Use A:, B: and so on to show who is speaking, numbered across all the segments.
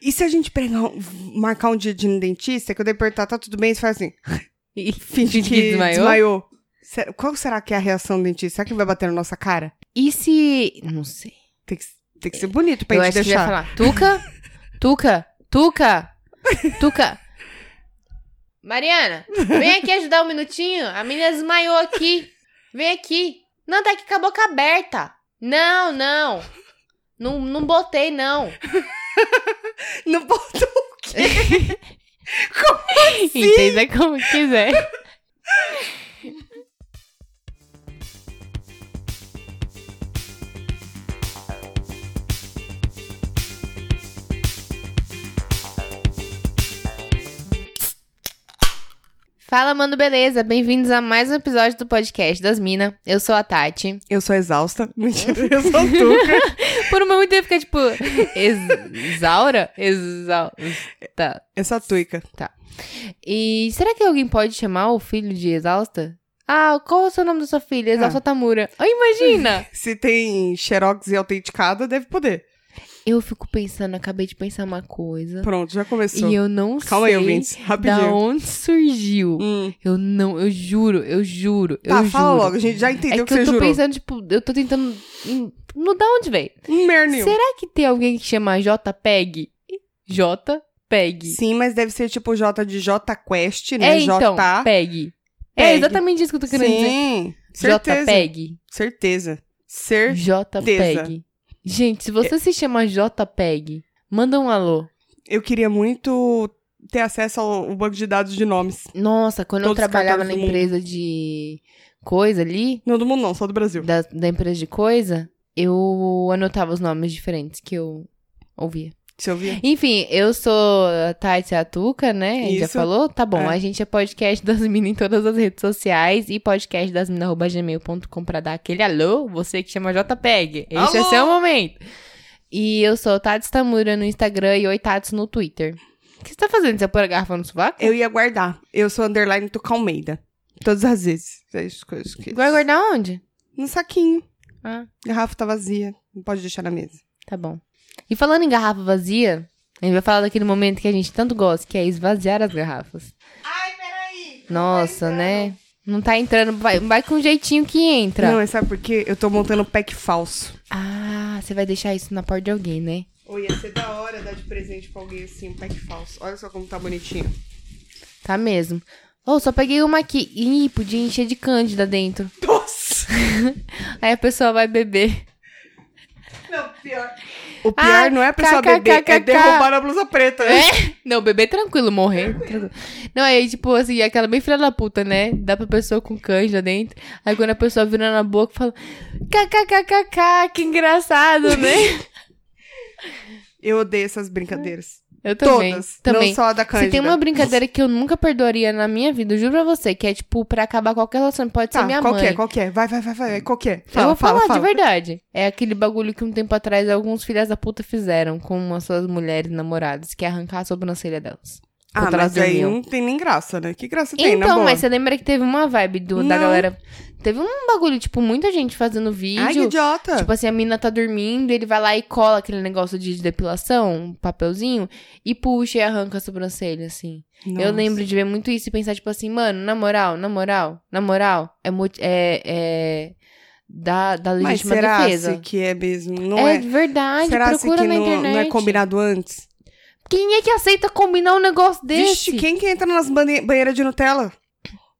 A: E se a gente pegar um- marcar um dia de ir no dentista, que eu dei pra perguntar, tá tudo bem, você faz assim,
B: E
A: finge
B: Finge
A: que,
B: que desmaiou?
A: desmaiou. Será- Qual será que é a reação do dentista? Será que vai bater na nossa cara?
B: E se. Não sei.
A: Tem que, tem que ser bonito pra
B: Eu
A: gente
B: acho que ele vai
A: deixar.
B: falar. Tuca? Tuca? Tuca? Tuca? Mariana, vem aqui ajudar um minutinho. A menina desmaiou aqui. Vem aqui. Não, tá aqui com a boca aberta. Não, não. Não, não botei, não.
A: Não botou o quê?
B: Entenda como quiser. Fala, mano, beleza? Bem-vindos a mais um episódio do podcast das Minas. Eu sou a Tati.
A: Eu sou exausta. Mentira, eu sou tuca.
B: Por um momento eu ia ficar tipo. ex- Exaura? Exausta.
A: Eu sou a tuica.
B: E será que alguém pode chamar o filho de Exausta? Ah, qual é o seu nome da sua filha? Exausta Tamura. Ah, imagina!
A: Se tem xerox e autenticada, deve poder.
B: eu fico pensando, acabei de pensar uma coisa.
A: Pronto, já começou.
B: E eu não
A: Calma aí,
B: sei
A: ouvintes.
B: da
A: Rapidinho.
B: onde surgiu.
A: Hum.
B: Eu não, eu juro, eu juro,
A: Tá,
B: eu
A: fala
B: juro.
A: logo. A gente já
B: É
A: entendeu
B: que,
A: o que,
B: eu
A: você
B: tô
A: jurou.
B: pensando, tipo, eu tô tentando. em- Não da onde veio.
A: Um mernil.
B: Será que tem alguém que chama JPEG? JPEG.
A: Sim, mas deve ser tipo J de J Quest, né?
B: É, então,
A: J.
B: PEG. É
A: Peg.
B: exatamente isso que eu tô querendo dizer.
A: Sim. Certeza.
B: JPEG.
A: Certeza. Cer...
B: JPEG. Gente, se você se chama JPEG, manda um alô.
A: Eu queria muito ter acesso ao ao banco de dados de nomes.
B: Nossa, quando
A: Todos
B: eu
A: os
B: trabalhava na
A: cartórios do mundo.
B: empresa de coisa ali,
A: Não do mundo, não, só do Brasil.
B: da, da empresa de coisa, eu anotava os nomes diferentes que eu ouvia.
A: Você ouvia?
B: Enfim, eu sou a Tati Atuca, né? A gente já
A: Isso.
B: falou? Tá bom,
A: É.
B: a gente é podcast das minas em todas as redes sociais e podcast das gmail.com pra dar aquele alô, você que chama JPEG. Esse é
A: Alô!
B: seu momento. E eu sou Tati Tamura no Instagram e Oi Tats no Twitter. O que você tá fazendo? Você pôr a garrafa no sovaco?
A: Eu ia guardar. Eu sou underline Tuca Almeida. Todas as vezes. É isso que eu esqueço.
B: Vai guardar onde?
A: No saquinho.
B: Ah.
A: Garrafa tá vazia. Não pode deixar na mesa.
B: Tá bom. E falando em garrafa vazia, a gente vai falar daquele momento que a gente tanto gosta, que é esvaziar as garrafas.
A: Ai, peraí.
B: Nossa, né? Não tá entrando, vai, vai com um jeitinho que entra.
A: Não, mas sabe por quê? Eu tô montando um pack falso.
B: Ah, você vai deixar isso na porta de alguém, né?
A: Ou ia ser da hora dar de presente pra alguém assim, um pack falso. Olha só como tá bonitinho.
B: Tá mesmo. Oh, só peguei uma aqui. Ih, podia encher de cândida dentro.
A: Nossa!
B: Aí a pessoa vai beber.
A: Não, pior. O pior
B: Ah, É.
A: não é a pessoa
B: kkk.
A: beber, é derrubar a blusa preta. né?
B: Não, beber tranquilo, morrer. tranquilo. Não, aí, tipo, assim, aquela bem filha da puta, né? Dá pra pessoa com cândida dentro. Aí quando a pessoa vira na boca, fala... KKKKK, que engraçado, né?
A: Eu odeio essas brincadeiras.
B: Eu É. também.
A: Todas.
B: também.
A: Não só a da Cândida.
B: Se tem uma brincadeira que eu nunca perdoaria na minha vida, eu juro pra você, que é tipo, pra acabar qualquer relação, pode ser
A: Tá,
B: minha
A: qual que
B: mãe.
A: é? Qual que é? Vai, vai, vai, vai. Qual que é?
B: eu
A: Fala,
B: vou
A: fala,
B: falar
A: fala.
B: de verdade. É aquele bagulho que um tempo atrás alguns filhas da puta fizeram com as suas mulheres namoradas, que é arrancar a sobrancelha delas.
A: Ah,
B: Quando elas
A: mas aí
B: dormiam.
A: não tem nem graça, né? Que graça tem, na
B: Então,
A: boa?
B: mas você lembra que teve uma vibe do, da
A: Não.
B: galera. Teve um bagulho, tipo, muita gente fazendo
A: Ai, que
B: vídeo.
A: idiota.
B: Tipo assim, a mina tá dormindo, ele vai lá e cola aquele negócio de depilação, um papelzinho, e puxa e arranca a sobrancelha, assim. Eu
A: Nossa.
B: lembro de ver muito isso e pensar, tipo assim, mano, na moral, na moral, na moral, é, moti- é, é da, da
A: Mas
B: legítima
A: será
B: defesa.
A: se que é mesmo? Não
B: É
A: é?
B: de verdade,
A: será se
B: procura
A: que
B: na
A: não,
B: internet.
A: não é combinado antes?
B: Quem é que aceita combinar um negócio desse?
A: Vixe, quem que entra nas bane- banheiras de Nutella?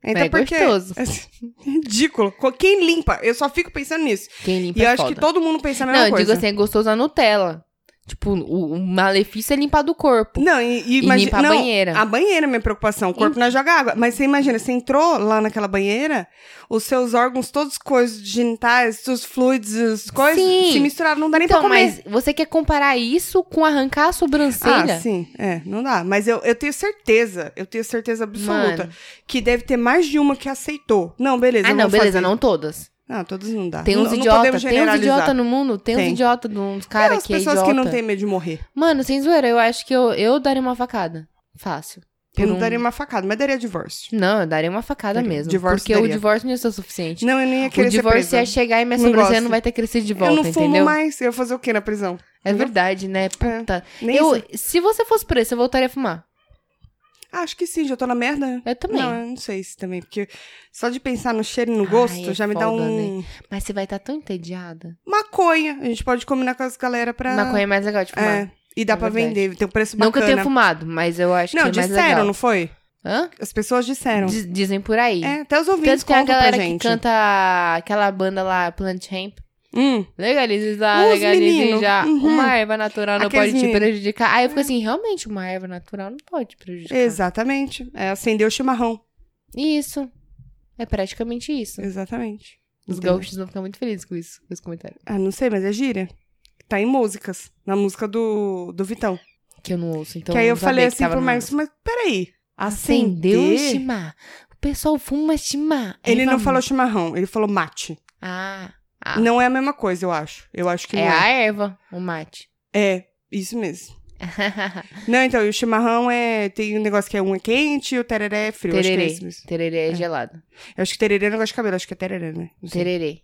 A: Entra
B: É
A: por quê?
B: gostoso.
A: É ridículo. Co- Quem limpa? Eu só fico pensando nisso.
B: Quem limpa
A: e eu
B: é
A: acho
B: foda.
A: que todo mundo pensa na
B: Não,
A: mesma
B: eu
A: coisa.
B: digo assim, é gostoso a Nutella. Tipo, o, o malefício é limpar do corpo.
A: Não, e, e
B: E
A: imagi-
B: limpar a
A: não,
B: banheira.
A: A banheira é minha preocupação. O corpo não joga água. Mas você imagina, você entrou lá naquela banheira, os seus órgãos, todos os coisas genitais, os fluidos, as coisas,
B: Sim.
A: se misturaram, não dá nem
B: então,
A: pra comer.
B: mas você quer comparar isso com arrancar a sobrancelha?
A: Ah, sim, é, não dá. Mas eu, eu tenho certeza, eu tenho certeza absoluta
B: Mano.
A: que deve ter mais de uma que aceitou. Não, beleza.
B: Ah,
A: eu
B: não,
A: vou
B: beleza,
A: fazer.
B: não todas.
A: Não, todos não dá.
B: Tem uns
A: não, não
B: idiotas,
A: podemos
B: tem uns
A: generalizar.
B: idiota no mundo, tem, uns
A: Tem.
B: idiotas de uns
A: Tem
B: caras
A: umas
B: que é
A: pessoas
B: idiota.
A: que não têm medo de morrer.
B: Mano, sem zoeira, eu acho que eu, eu daria uma facada. Fácil. por
A: eu não
B: um-
A: daria uma facada, mas daria divórcio.
B: Não, eu daria uma facada
A: Daria.
B: mesmo.
A: É, Divórcio
B: porque o
A: daria.
B: divórcio não ia ser o suficiente.
A: Não, eu nem ia
B: o
A: querer ser
B: divórcio
A: presa.
B: ia chegar e minha
A: Não
B: sobrancelha
A: gosto.
B: não vai ter crescido de
A: eu
B: volta,
A: não fumo
B: entendeu?
A: mais. Eu ia fazer o quê na prisão?
B: É verdade, né?
A: É,
B: Puta.
A: nem
B: eu,
A: sei.
B: se você fosse preso, você voltaria a fumar.
A: Ah, acho que sim, já tô na merda. né?
B: Eu também.
A: Não, eu não sei se também, porque só de pensar no cheiro e no
B: Ai,
A: gosto
B: é
A: já me dá
B: foda,
A: um.
B: Mas você vai estar tão entediada.
A: Maconha. A gente pode combinar com as galera pra.
B: Maconha é mais legal de fumar.
A: É, e dá
B: É
A: pra
B: verdade.
A: vender, tem um preço
B: Não que eu
A: bacana.
B: tenha fumado, mas eu acho
A: Não,
B: que é mais
A: disseram,
B: legal.
A: não foi?
B: Hã?
A: As pessoas disseram.
B: Diz- dizem por aí.
A: É, até os ouvintes
B: Tanto que a
A: contam pra
B: galera que
A: gente.
B: canta aquela banda lá, Plant Hemp.
A: Hum,
B: Legalize já,
A: Os
B: legalize
A: menino.
B: já.
A: Uhum.
B: Uma erva natural não
A: Aqueles
B: pode te
A: menino.
B: prejudicar. Aí eu fico assim, realmente, uma erva natural não pode prejudicar.
A: exatamente. É acender o chimarrão.
B: Isso. É praticamente isso.
A: Exatamente.
B: Os
A: Entendeu?
B: gaúchos vão ficar muito felizes com isso, com esse comentário.
A: Ah, não sei, mas é gíria. Tá em músicas. Na música do, do Vitão.
B: Que eu não ouço, então
A: que aí
B: eu
A: eu
B: não sabia
A: falei
B: que
A: assim
B: tava
A: pro
B: no-
A: Marcos, mas peraí.
B: Acendeu o
A: Acender?
B: chimar. O pessoal fuma chimar.
A: Ele não
B: fala-
A: falou chimarrão, ele falou mate.
B: Ah, Ah.
A: Não é a mesma coisa, eu acho. Eu acho que
B: é
A: não é.
B: a erva, o mate.
A: É, isso mesmo. Não, então, e o chimarrão é. Tem um negócio que é um é quente e o tereré é frio. Eu Acho que é
B: Tererê.
A: isso mesmo.
B: Tererê é, gelado.
A: Eu acho que tererê é negócio de cabelo, acho que é tereré, né? Não sei.
B: Tererê.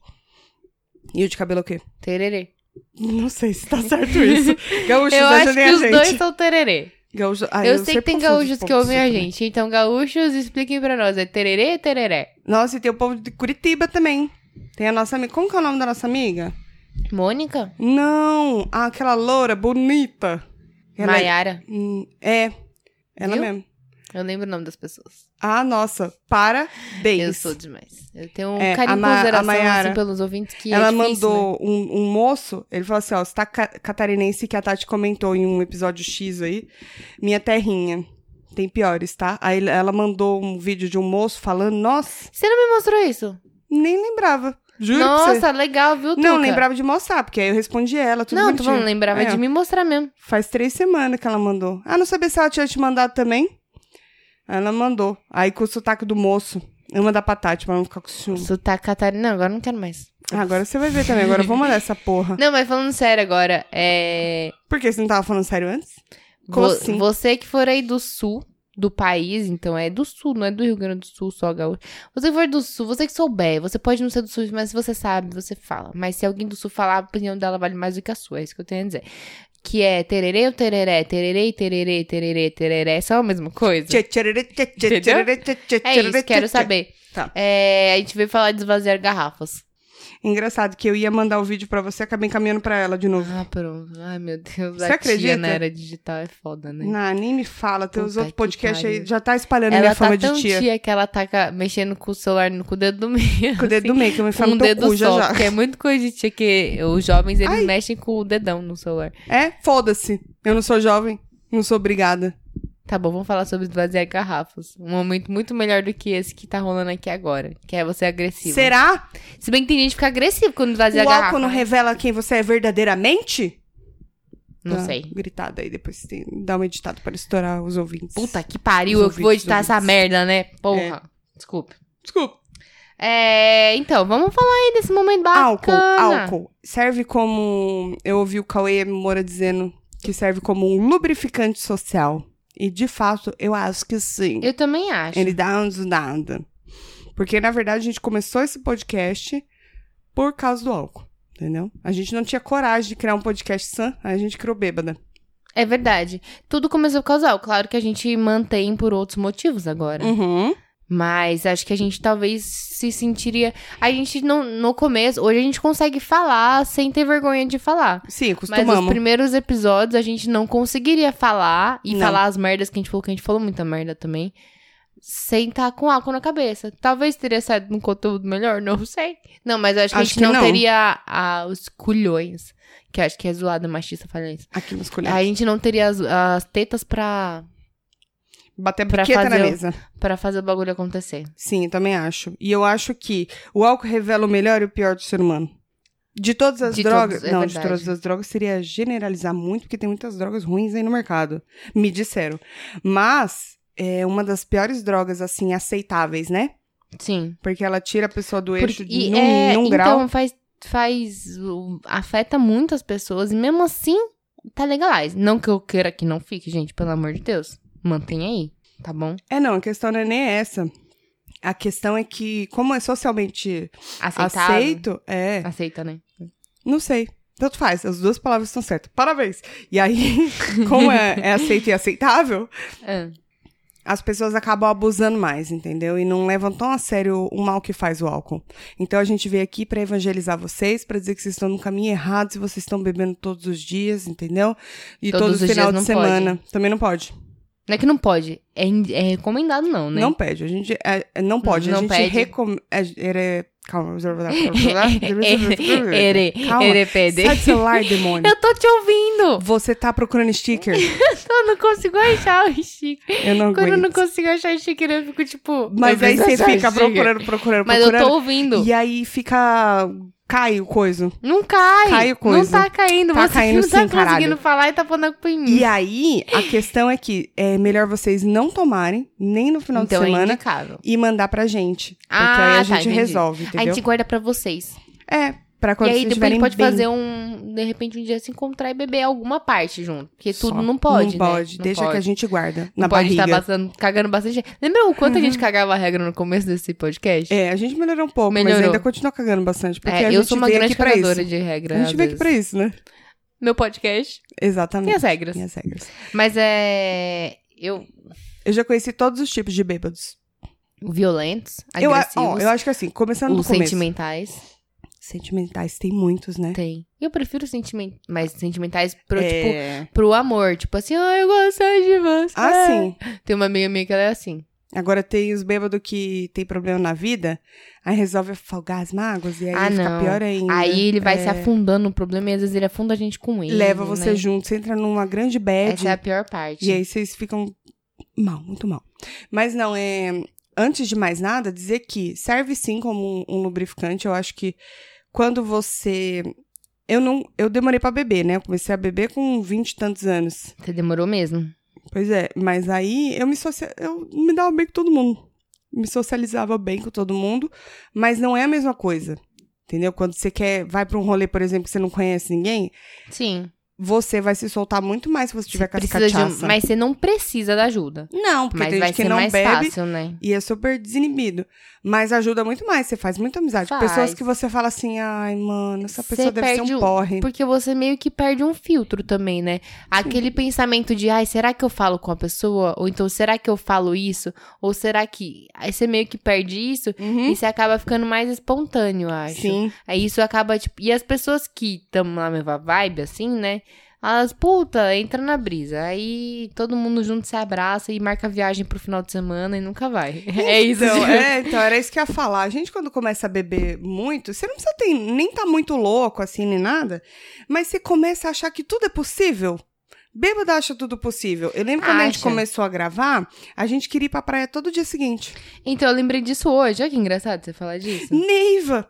A: E o de cabelo é o quê?
B: Tererê.
A: Não sei se tá certo isso. Gaúchos
B: eu acho
A: ajudem
B: que
A: a
B: os
A: gente.
B: dois são tererê.
A: Gaúcho... Ah,
B: eu, sei que
A: sempre
B: tem
A: confundo os
B: gaúchos que
A: pontos
B: ouvem a
A: aqui.
B: gente. Então, gaúchos, expliquem pra nós. É tererê ou tereré?
A: Nossa, e tem o povo de Curitiba também. Tem a nossa amiga. Como que é o nome da nossa amiga?
B: Mônica?
A: Não, ah, aquela loura bonita. Ela é-
B: Maiara.
A: Hum, É, ela
B: Viu?
A: mesmo.
B: Eu lembro o nome das pessoas.
A: Ah, nossa, parabéns.
B: Eu sou demais. Eu tenho um
A: É,
B: carinho
A: a
B: e
A: Ma- a
B: consideração
A: Maiara.
B: assim, pelos ouvintes que é
A: Ela
B: difícil, né?
A: mandou um, um moço, ele falou assim, ó, está catarinense que a Tati comentou em um episódio X aí, minha terrinha. Tem piores, tá? Aí ele- ela mandou um vídeo de um moço falando, nossa,
B: Você não me mostrou isso?
A: nem lembrava. Juro pra você.
B: Nossa, legal, viu,
A: Não,
B: Tuca?
A: lembrava de mostrar, porque aí eu respondi ela, tudo
B: Não, tu
A: bonitinho.
B: não lembrava
A: É.
B: de me mostrar mesmo.
A: Faz três semanas que ela mandou. Ah, não sabia se ela tinha te mandado também? Ela mandou. Aí com o sotaque do moço. Eu vou mandar pra Tati pra não ficar com ciúme.
B: Sotaque catarinense. Não, agora eu não quero mais.
A: Ah, agora você vai ver também. Agora eu vou mandar essa porra.
B: Não, mas falando sério agora, é.
A: Por que você não tava falando sério antes? Como
B: vo-
A: assim?
B: Você que for aí do sul do país, então é do sul, não é do Rio Grande do Sul, só gaúcho. Você que for do sul, você que souber, você pode não ser do sul, mas se você sabe, você fala. Mas se alguém do sul falar, a opinião dela vale mais do que a sua, é isso que eu tenho a dizer. Que é tererê ou tereré, tererê, tererê, tererê, tereré, são a mesma coisa?
A: Tchê, tchê, tchê, tchê,
B: Entendeu?
A: tchê, tchê, tchê,
B: É
A: tchê,
B: isso,
A: tchê,
B: quero
A: tchê.
B: saber.
A: Tá.
B: É, a gente veio falar de esvaziar garrafas.
A: Engraçado que eu ia mandar o vídeo pra você, acabei encaminhando pra ela de novo.
B: Ah, pronto. Ai, meu Deus.
A: Você
B: a tia
A: acredita?
B: na era digital é foda, né?
A: Ah, nem me fala. Teus
B: Puta
A: outros
B: que
A: podcasts aí
B: pariu.
A: já tá espalhando
B: Ela
A: minha
B: tá
A: fama
B: tão
A: de tia.
B: que ela tá ca- mexendo com o celular no- com o dedo do meio.
A: Com o dedo do meio, que eu me
B: Com
A: falo
B: um
A: no teu
B: dedo
A: cu já
B: só,
A: Tá já.
B: porque é muito coisa de tia que os jovens, eles
A: Ai.
B: mexem com o dedão no celular.
A: É, foda-se. Eu não sou jovem. Não sou obrigada.
B: Tá bom, vamos falar sobre esvaziar garrafas. Um momento muito melhor do que esse que tá rolando aqui agora, que é você agressivo.
A: Será?
B: Se bem que tem gente que fica agressivo quando esvazia a
A: O álcool
B: garrafa.
A: não revela quem você é verdadeiramente?
B: Não
A: Dá
B: sei.
A: Gritada aí, depois tem, dá um editado para estourar os ouvintes.
B: Puta que pariu,
A: Os
B: eu que vou
A: ouvintes, É.
B: editar
A: os
B: essa
A: ouvintes.
B: merda, né? Porra. Desculpa.
A: Desculpa.
B: É, então, vamos falar aí desse momento
A: Álcool,
B: bacana.
A: álcool. Serve como. Eu ouvi o Cauê Moura dizendo que serve como um lubrificante social. E de fato, eu acho que sim.
B: Eu também acho.
A: Ele dá uns nada. Porque, na verdade, a gente começou esse podcast por causa do álcool. Entendeu? A gente não tinha coragem de criar um podcast sã, aí a gente criou bêbada.
B: É verdade. Tudo começou por causa do álcool. Claro que a gente mantém por outros motivos agora.
A: Uhum.
B: Mas acho que a gente talvez se sentiria. A gente não. No começo, hoje a gente consegue falar sem ter vergonha de falar.
A: Sim,
B: Mas
A: acostumamos.
B: os primeiros episódios a gente não conseguiria falar e
A: Não.
B: falar as merdas que a gente falou, que a gente falou muita merda também, sem estar com álcool na cabeça. Talvez teria saído um conteúdo melhor, não sei. Não, mas eu acho que
A: Acho
B: a gente
A: que
B: não,
A: não.
B: teria ah, os culhões, que eu acho que é zoada machista falar isso.
A: Aqui nos colheres.
B: A gente não teria as, as tetas pra,
A: Bater a
B: pra
A: biqueta na
B: fazer o-
A: mesa.
B: pra fazer o bagulho acontecer.
A: Sim, eu também acho. E eu acho que o álcool revela o melhor e o pior do ser humano. De todas as
B: De
A: drogas.
B: todos, é
A: não, de
B: verdade.
A: todas as drogas seria generalizar muito, porque tem muitas drogas ruins aí no mercado. Me disseram. Mas é uma das piores drogas, assim, aceitáveis, né?
B: Sim.
A: Porque ela tira a pessoa do eixo
B: Porque-
A: de
B: e
A: num,
B: é,
A: num
B: então
A: grau.
B: faz, faz. o- afeta muitas pessoas e mesmo assim tá legalize. Não que eu queira que não fique, gente, pelo amor de Deus. Mantenha aí. tá bom?
A: É, não, a questão não é nem essa. A questão é que, como é socialmente
B: Aceitado.
A: aceito, é.
B: Aceita, né?
A: Não sei. Tanto faz, as duas palavras estão certas. Parabéns! E aí, como é, é aceito e aceitável,
B: Ah,
A: as pessoas acabam abusando mais, entendeu? E não levam tão a sério o mal que faz o álcool. Então a gente veio aqui pra evangelizar vocês, pra dizer que vocês estão no caminho errado, se vocês estão bebendo todos os dias, entendeu? E
B: Todos
A: todos
B: os
A: os final
B: dias
A: de
B: não pode.
A: semana. Também não pode.
B: Não é que não pode. É, in- é recomendado, não, né?
A: Não pede. A gente é, é, não pode.
B: Não
A: a gente
B: pede.
A: recomenda. Calma,
B: É, Ere,
A: Calma.
B: ere, pede.
A: Sai do celular, demônio.
B: Eu tô te ouvindo.
A: Você tá procurando sticker?
B: Eu não consigo achar o sticker.
A: Eu não
B: Quando eu não
A: aguento.
B: consigo achar o sticker, eu fico tipo.
A: Mas é
B: eu
A: aí você
B: preciso achar
A: fica
B: o sticker.
A: procurando, procurando,
B: Mas eu
A: procurando.
B: tô ouvindo.
A: E aí fica. Cai o coiso.
B: Não cai.
A: Cai o coisa.
B: Não tá caindo.
A: Tá
B: Você
A: caindo
B: não tá
A: sim, caralho.
B: conseguindo falar e tá pondo a culpa em mim.
A: E aí, a questão é que é melhor vocês não tomarem, nem no final
B: então
A: de
B: é
A: semana,
B: indicável.
A: e mandar pra gente. Porque aí
B: Ah,
A: a
B: tá,
A: gente
B: entendi.
A: resolve,
B: A
A: entendeu?
B: gente guarda pra vocês.
A: É, pra quando
B: e aí
A: vocês
B: depois a
A: estiverem
B: gente pode
A: bem.
B: fazer um. De repente, um dia se encontrar e beber alguma parte junto. Porque tudo
A: Só.
B: não pode.
A: Não pode,
B: né?
A: deixa que a gente guarda na
B: não pode
A: barriga. Uhum.
B: estar batendo- cagando bastante. Lembra o quanto a gente cagava a regra no começo desse podcast?
A: É, a gente melhorou um pouco, mas
B: Melhorou.
A: ainda continua cagando bastante, porque
B: É,
A: a gente
B: eu sou uma
A: veio
B: grande
A: aqui pra isso.
B: cagadora de regra.
A: A gente veio
B: às
A: aqui
B: vezes.
A: pra isso, Hum, né?
B: Meu podcast tem
A: Exatamente.
B: as regras.
A: Minhas regras.
B: Mas é. Eu.
A: Eu já conheci todos os tipos de bêbados.
B: Violentos,
A: Eu, a-
B: agressivos,
A: ó, eu acho que assim, começando do
B: os
A: começo.
B: sentimentais.
A: Sentimentais tem muitos, né?
B: Tem. Eu prefiro sentimentais. Mas sentimentais pro, tipo,
A: É.
B: pro amor. Tipo assim, ah, eu gosto de você.
A: Ah, sim.
B: Tem uma amiga minha que ela é assim.
A: Agora tem os bêbados que tem problema na vida, aí resolve afogar as mágoas e aí
B: Ah,
A: fica
B: não.
A: pior ainda.
B: Aí ele vai
A: É.
B: se afundando no problema e às vezes ele afunda a gente com ele.
A: Leva você
B: né?
A: junto, você entra numa grande bad
B: Essa é a pior parte.
A: e aí vocês ficam mal, muito mal. Mas não, é. Antes de mais nada, dizer que serve sim como um, um lubrificante. Eu acho que quando você. Eu não. Eu demorei pra beber, né? Eu comecei a beber com 20 e tantos anos.
B: Você demorou mesmo.
A: Pois é, mas aí eu me socia... eu me dava bem com todo mundo. Me socializava bem com todo mundo, mas não é a mesma coisa. Entendeu? Quando você quer, vai pra um rolê, por exemplo, que você não conhece ninguém,
B: Sim.
A: você vai se soltar muito mais se você tiver com as
B: Precisa de um-
A: cachaça.
B: Mas você não precisa da ajuda.
A: Não, porque
B: Mas
A: tem
B: vai
A: gente que
B: ser
A: não
B: mais
A: bebe
B: fácil, né?
A: e é super desinibido. Mas ajuda muito mais, você faz muita amizade. com
B: Faz.
A: Pessoas que você fala assim, ai, mano, essa
B: Você
A: pessoa deve ser
B: perde
A: um
B: o-
A: porre.
B: Porque você meio que perde um filtro também, né? Aquele pensamento de, ai, será que eu falo com a pessoa? Ou então, será que eu falo isso? Ou será que. Aí você meio que perde isso
A: Uhum.
B: e você acaba ficando mais espontâneo, eu acho.
A: Sim.
B: Aí isso acaba, tipo. E as pessoas que estão na mesma vibe, assim, né? Elas, puta, entra na brisa. Aí todo mundo junto se abraça e marca viagem pro final de semana e nunca vai. é isso.
A: Então,
B: tipo.
A: é, então, era isso que eu ia falar. A gente, quando começa a beber muito, você não precisa ter- nem tá muito louco, assim, nem nada, mas você começa a achar que tudo é possível. Bêbado acha tudo possível. Eu lembro quando a gente
B: Acha.
A: começou a gravar, a gente queria ir pra praia todo dia seguinte.
B: Então eu lembrei disso hoje. Olha que engraçado você falar disso.
A: Neiva!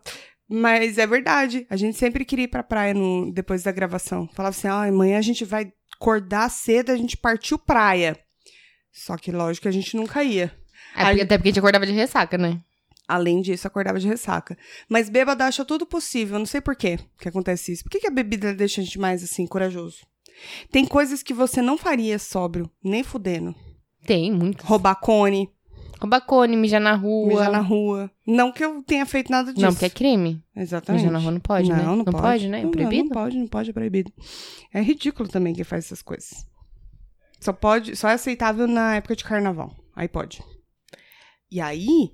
A: Mas é verdade. A gente sempre queria ir pra praia no- depois da gravação. Falava assim, ah, amanhã a gente vai acordar cedo, a gente partiu praia. Só que, lógico, a gente nunca ia.
B: É porque- até porque a gente acordava de ressaca, né?
A: Além disso, acordava de ressaca. Mas bêbada acha tudo possível. Não sei por quê que acontece isso. Por que, que a bebida deixa a gente mais assim, corajoso? Tem coisas que você não faria sóbrio, nem fudendo.
B: Tem, muito.
A: Roubar cone,
B: Rouba cone, mijar na rua.
A: mijar na rua. Não que eu tenha feito nada disso.
B: Não, porque é crime.
A: Exatamente.
B: Mijar na rua não pode, né?
A: Não, não pode.
B: né? É
A: Não,
B: proibido?
A: Não, não pode, não pode, é proibido. É ridículo também quem faz essas coisas. Só pode, só é aceitável na época de carnaval. Aí pode. E aí,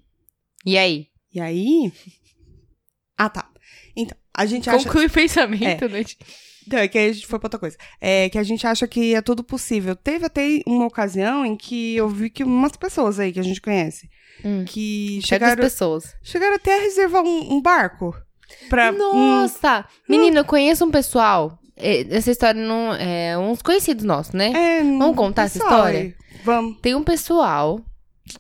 B: E aí?
A: E aí. Ah, tá. Então, a gente acha.
B: Conclui o pensamento, né?
A: Então, é que aí a gente foi pra outra coisa. É que a gente acha que é tudo possível. Teve até uma ocasião em que eu vi que umas pessoas aí que a gente conhece
B: Hum.
A: que
B: Certas
A: chegaram,
B: pessoas.
A: chegaram até a reservar um, um barco. Pra, hum. um
B: Nossa! Menina, eu conheço um pessoal. é, Essa história não. É uns conhecidos nossos, né?
A: Hum, é,
B: Vamos contar essa história?
A: Vamos.
B: Tem um pessoal.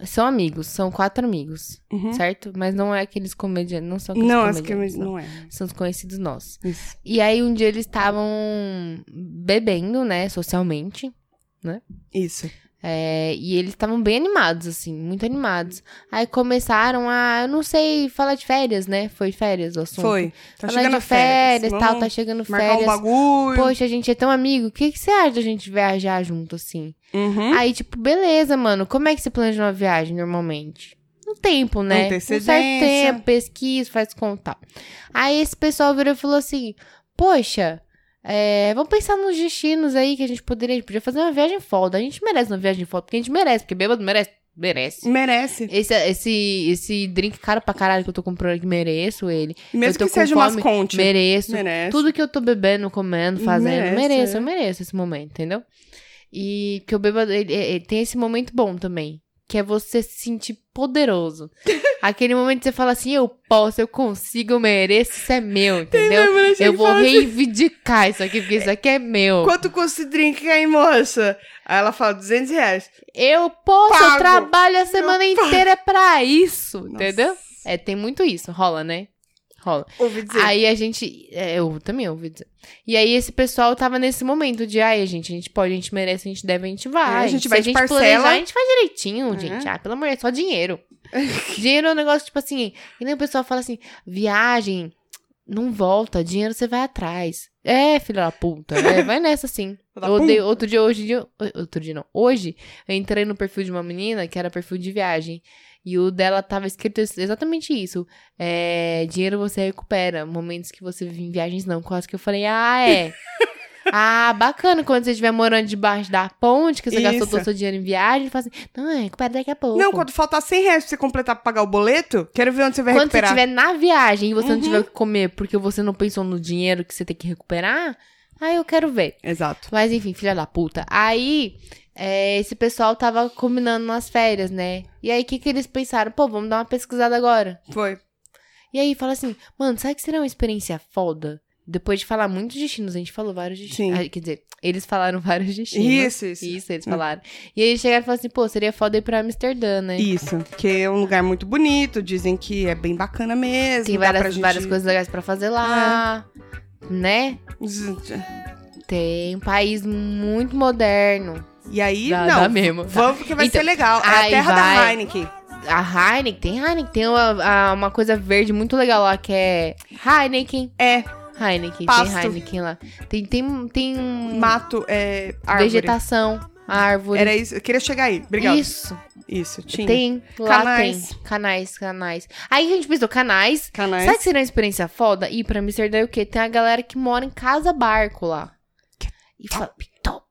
B: São amigos, são quatro amigos,
A: Uhum.
B: certo? Mas não é aqueles comediantes. Não são aqueles
A: Não, acho que
B: comediantes. não.
A: não é.
B: São os conhecidos nossos.
A: Isso.
B: E aí um dia eles estavam bebendo, né, socialmente.
A: Isso.
B: É, e eles estavam bem animados, assim, muito animados. Aí começaram a, eu não sei, falar de férias, né? Foi férias o assunto.
A: Foi. Tá
B: falar
A: chegando
B: de
A: a férias,
B: férias, tal,
A: vamos
B: tá chegando
A: Marcar um
B: férias.
A: bagulho.
B: Poxa, a gente é tão amigo. O que, que você acha da gente viajar junto, assim?
A: Uhum.
B: Aí, tipo, beleza, mano. Como é que você planeja uma viagem normalmente? Um tempo, né? Um certo
A: Antecedência.
B: tempo, pesquisa, faz conta. Aí esse pessoal virou e falou assim: Poxa, é, vamos pensar nos destinos aí que a gente poderia. A gente podia fazer uma viagem foda. A gente merece uma viagem foda, porque a gente merece, porque bêbado merece.
A: Hum.
B: Merece.
A: Merece.
B: Esse, esse, esse drink caro pra caralho que eu tô comprando aqui, mereço ele.
A: Mesmo
B: tô
A: que
B: com
A: seja
B: fome,
A: umas contes.
B: Mereço.
A: Merece.
B: Tudo que eu tô bebendo, comendo, fazendo,
A: É Merece, é.
B: mereço, eu mereço esse momento, entendeu? E que o bêbado, ele, ele tem esse momento bom também, que é você se sentir poderoso. Aquele momento que você fala assim, eu posso, eu consigo, eu mereço, isso é meu, entendeu?
A: Lembra, gente,
B: Eu vou
A: fala assim,
B: reivindicar isso aqui, porque isso aqui é meu.
A: Quanto custa esse drink aí, moça? Aí ela fala 200 reais.
B: Eu posso, eu
A: Pago.
B: trabalho a semana inteira pra isso,
A: Nossa.
B: entendeu? É, tem muito isso, rola, né? Rola.
A: Ouvi dizer.
B: Aí a gente. é, eu também ouvi dizer. E aí esse pessoal tava nesse momento de, ai, gente, a gente pode, a gente merece, a gente deve, a gente vai.
A: É, a gente
B: Se
A: vai
B: a
A: de
B: gente
A: parcela.
B: planejar, a gente faz direitinho,
A: É.
B: gente. Ah, pelo amor de Deus, só dinheiro. dinheiro é um negócio, tipo assim. E nem o pessoal fala assim, viagem, não volta, dinheiro você vai atrás. É, filha da puta. É, vai nessa sim.
A: Filha da
B: Eu odeio, outro dia, hoje dia. Outro dia não. Hoje, eu entrei no perfil de uma menina que era perfil de viagem. E o dela tava escrito ex- exatamente isso. É, dinheiro você recupera. Momentos que você vive em viagens, não. Quase que eu falei, ah, é. ah, bacana quando você estiver morando debaixo da ponte, que você gastou
A: Isso.
B: todo o seu dinheiro em viagem. Fala assim, não, é, recupera daqui a pouco.
A: Não, quando faltar 100 reais pra você completar pra pagar o boleto, quero ver onde você vai
B: Quando você
A: recuperar.
B: estiver na viagem e você não
A: Uhum.
B: tiver o que comer porque você não pensou no dinheiro que você tem que recuperar, aí eu quero ver.
A: Exato.
B: Mas enfim, filha da puta. Aí, é, esse pessoal tava combinando umas férias, né? E aí, o que que eles pensaram? Pô, vamos dar uma pesquisada agora.
A: Foi.
B: E aí, fala assim, mano, sabe que seria uma experiência foda? Depois de falar muitos destinos, a gente falou vários destinos.
A: Sim.
B: Ah, quer dizer, eles falaram vários destinos.
A: Isso, isso.
B: né? Isso, eles
A: É.
B: falaram. E aí, eles chegaram e falaram assim, pô, seria foda ir pra Amsterdã, né?
A: Isso. Que é um lugar muito bonito, dizem que é bem bacana mesmo.
B: Tem
A: dá pra
B: várias,
A: gente- É.
B: várias coisas legais pra fazer lá, né? Tem um país muito moderno.
A: E aí,
B: dá,
A: não.
B: dá mesmo.
A: Vamos porque vai
B: Então,
A: ser legal. É a
B: aí
A: terra da
B: vai.
A: Heineken.
B: A Heineken, tem Heineken, tem uma, a- uma coisa verde muito legal lá que é Heineken.
A: É,
B: Heineken,
A: Pasto.
B: tem Heineken lá. Tem, tem, tem um-
A: mato, é árvore.
B: vegetação, árvore.
A: Era isso. Eu queria chegar aí. Obrigada. Isso,
B: Isso,
A: tinha.
B: tem, lá
A: Canais.
B: tem. Canais, canais. Aí a gente pensou, canais.
A: Canais.
B: Sabe que seria uma experiência foda? Ir pra Amsterdã é o quê? Tem a galera que mora em casa barco lá. E fala, top.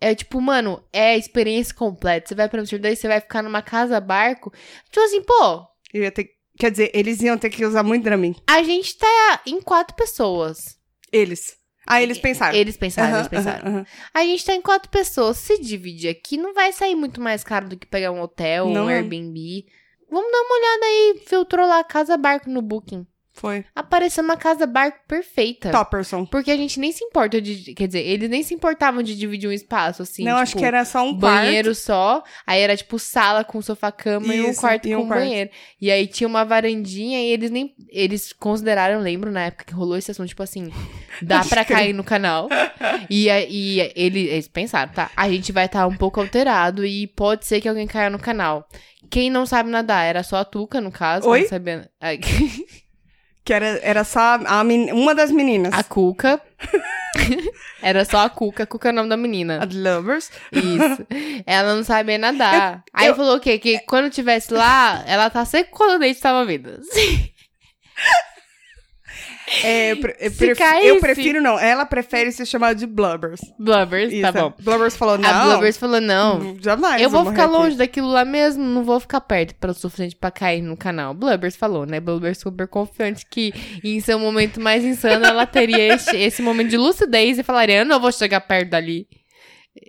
B: É tipo, mano, é a experiência completa. Você vai pra Amsterdã e você vai ficar numa casa barco. Tipo assim, pô,
A: Eu ia ter... Quer dizer, eles iam ter que usar muito Dramin.
B: A gente tá em quatro pessoas.
A: Eles. Aí eles pensaram.
B: Eles pensaram,
A: Ah. Aham,
B: eles pensaram.
A: aham, aham.
B: A gente tá em quatro pessoas. Se dividir aqui, não vai sair muito mais caro do que pegar um hotel, um
A: Não é.
B: Airbnb. Vamos dar uma olhada aí. Filtrou lá casa barco no Booking.
A: Foi.
B: Apareceu uma casa barco perfeita.
A: Topperson.
B: Porque a gente nem se importa de. Quer dizer, eles nem se importavam de dividir um espaço assim.
A: não, acho
B: tipo,
A: que era só um
B: banheiro só. Aí era tipo sala com sofá-cama e um
A: Isso,
B: quarto
A: e um
B: com
A: quarto.
B: banheiro. E aí tinha uma varandinha e eles nem. Eles consideraram, lembro na época que rolou esse assunto, tipo assim, dá pra cair no canal. E, a- e ele- eles pensaram, tá? A gente vai estar um pouco alterado e pode ser que alguém caia no canal. Quem não sabe nadar, era só a Tuca, no caso.
A: Oi?
B: não sabia- a-
A: quarto. Que era, era só a men- uma das meninas.
B: A Cuca. Era só a Cuca. A Cuca é o nome da menina.
A: A Lovers.
B: Isso. Ela não sabia nadar. Aí
A: eu-
B: falou o quê? Que quando tivesse lá, ela tá sempre quando o dente tava vindo.
A: É, eu, pre- eu
B: Se
A: prefiro,
B: caísse-
A: eu prefiro não. Ela prefere ser chamada de Blubbers.
B: Blubbers, tá
A: Isso, é.
B: bom.
A: Blubbers falou, não.
B: A Blubbers falou, não.
A: Jamais.
B: Eu vou
A: morrer
B: ficar
A: aqui.
B: longe daquilo lá mesmo, não vou ficar perto pelo suficiente pra cair no canal. Blubbers falou, né? Blubbers super confiante que em seu momento mais insano ela teria este- esse momento de lucidez e falaria, eu não vou chegar perto dali.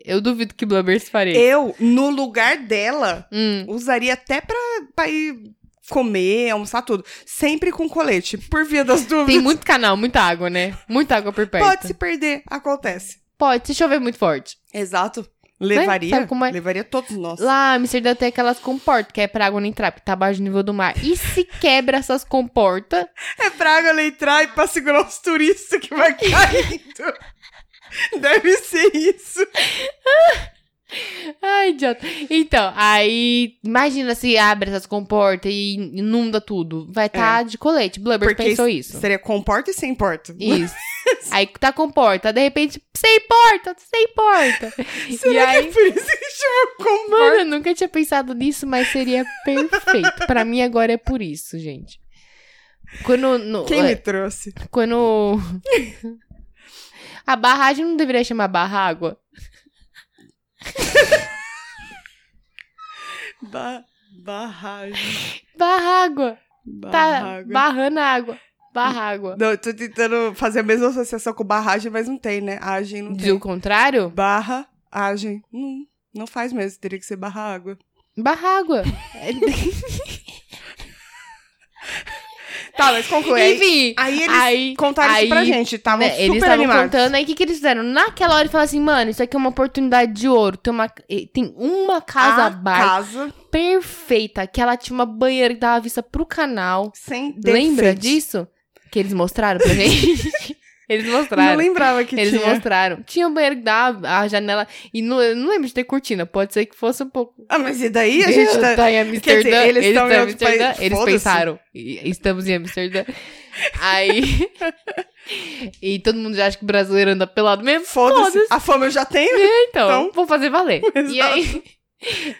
B: Eu duvido que Blubbers faria.
A: Eu, no lugar dela,
B: Hum.
A: usaria até pra, pra ir comer, almoçar tudo. Sempre com colete, por via das dúvidas.
B: Tem muito canal, muita água, né? Muita água por perto.
A: Pode se perder, acontece.
B: Pode, se chover muito forte.
A: Exato. Levaria,
B: Né? Sabe como é?
A: levaria todos nós.
B: Lá, Amsterdã tem aquelas comportas, que é pra água não entrar, porque tá abaixo do nível do mar. E se quebra essas comportas,
A: É pra ela entrar e pra segurar os turistas que vai caindo. Deve ser isso.
B: idiota. Então, aí, imagina se abre essas comportas e inunda tudo. Vai estar de colete. Blubber
A: É. Porque
B: pensou isso.
A: Seria com porta e sem porta.
B: Isso. aí tá com porta, de repente, sem porta, sem porta. e
A: Será
B: aí,
A: que é por isso que chama com porta?
B: Mano, eu nunca tinha pensado nisso, mas seria perfeito. Pra mim agora é por isso, gente. Quando no-
A: Quem
B: é,
A: me trouxe?
B: quando a barragem não deveria chamar barrágua.
A: Ba barragem.
B: Barrágua. Tá
A: Barragem.
B: barrando a água. Barrágua.
A: Não, eu tô tentando fazer a mesma associação com barragem, mas não tem, né? Agem não tem.
B: Do contrário?
A: Barra, agem. Hum, não faz mesmo, teria que ser barra água.
B: Barrágua.
A: É, Tá, mas conclui. Aí-
B: Enfim.
A: Aí eles
B: Aí,
A: contaram
B: aí,
A: isso pra gente, estavam
B: né,
A: Ah, super
B: eles estavam
A: animados.
B: contando aí o que, que eles fizeram. Naquela hora, eles falaram assim, mano, isso aqui é uma oportunidade de ouro. Tem uma, eh, tem uma casa
A: a
B: abaixo.
A: casa
B: perfeita, que ela tinha uma banheira que dava vista pro canal.
A: sem
B: Lembra
A: defeitos.
B: disso? Que eles mostraram pra gente. eles
A: Não
B: mostraram.
A: lembrava que
B: Eles
A: tinha.
B: mostraram. Tinha um banheiro que dava a janela. E não, eu não lembro de ter cortina. Pode ser que fosse um pouco.
A: Ah, mas e daí a gente tá...
B: em
A: quer
B: Amsterdã.
A: dizer, eles estão em
B: em
A: outro país.
B: Amsterdã. Eles
A: Foda-se.
B: pensaram. "E- Estamos em Amsterdã. Aí. e todo mundo já acha que brasileiro anda pelado mesmo.
A: Foda-se, a fome eu já tenho.
B: Então,
A: Então-
B: vou fazer valer. E
A: Exato.
B: aí,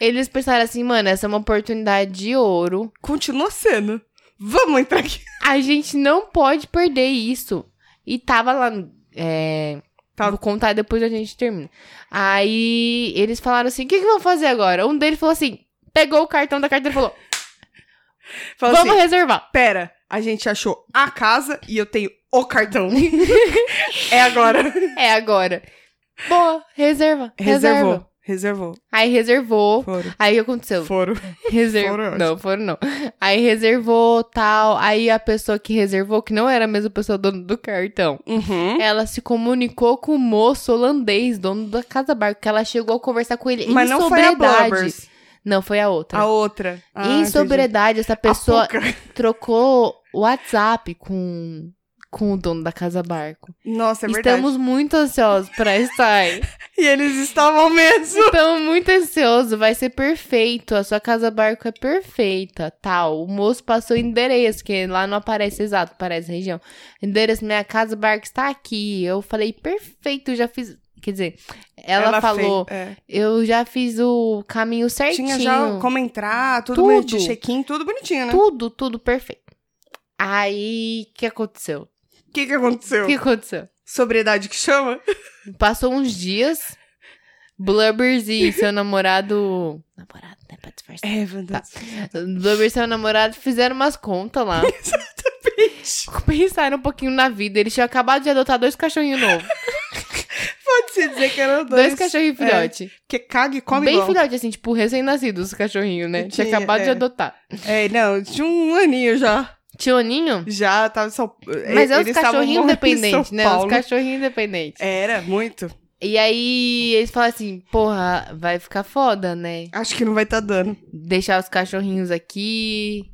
B: eles pensaram assim, mano, essa é uma oportunidade de ouro.
A: Continua sendo. Vamos entrar aqui.
B: A gente não pode perder isso. E tava lá. É...
A: Tá.
B: Vou contar depois a gente termina. Aí eles falaram assim: o que, que vão fazer agora? Um deles falou assim: pegou o cartão da carteira e falou:
A: Fala
B: vamos
A: assim,
B: reservar.
A: pera, a gente achou a casa e eu tenho o cartão. é agora.
B: É agora. Boa, reserva. Reserva.
A: Reservou. Reservou.
B: Aí reservou.
A: Foram.
B: Aí o que aconteceu?
A: Foram.
B: Reservou.
A: Foram, eu acho.
B: não, foram não. Aí reservou tal. Aí a pessoa que reservou, que não era a mesma pessoa dona do cartão,
A: Uhum.
B: ela se comunicou com o moço holandês, dono da casa barco, que ela chegou a conversar com ele
A: É, Mas
B: em
A: não foi a
B: sobriedade.
A: Blubbers.
B: Não, foi a outra.
A: A outra. Ah,
B: em
A: entendi.
B: sobriedade, essa
A: A
B: pessoa
A: Puca.
B: trocou o WhatsApp com, com o dono da casa barco.
A: Nossa, é verdade.
B: Estamos muito ansiosos pra estar aí.
A: E eles estavam mesmo.
B: Então, muito ansioso, vai ser perfeito. A sua casa barco é perfeita, tal. O moço passou o endereço, que lá não aparece exato, parece região. Endereço, minha casa barco está aqui. Eu falei, perfeito, já fiz. Quer dizer, ela, falou,
A: fez- é.
B: eu já fiz o caminho certinho.
A: Tinha já como entrar, tudo,
B: Tudo.
A: bonitinho, check-in, tudo bonitinho, né?
B: Tudo, tudo perfeito. Aí, o que aconteceu?
A: O que que
B: O
A: aconteceu?
B: que aconteceu?
A: Sobriedade que chama?
B: Passou uns dias, Blubbers e seu namorado. Namorado, né? Pra disfarçar.
A: É verdade.
B: Blubber e seu namorado fizeram umas contas lá. Pensaram um pouquinho na vida. Eles tinham acabado de adotar dois cachorrinhos novos.
A: Pode-se dizer que eram
B: Dois,
A: dois.
B: cachorrinhos
A: é,
B: filhote.
A: Que caga e come
B: Bem
A: igual.
B: filhote, assim, tipo, recém-nascidos os cachorrinhos, né? Tinha
A: Tinha,
B: acabado de
A: é.
B: adotar.
A: É, não, tinha um aninho já.
B: Tioninho?
A: Já tava em São
B: Mas é os
A: eles estavam
B: cachorrinhos
A: morando em São
B: independentes, né? Os
A: Paulo.
B: cachorrinhos independentes.
A: Era, muito.
B: E aí, eles falam assim, porra, vai ficar foda, né?
A: Acho que não vai estar dando.
B: Deixar os cachorrinhos aqui,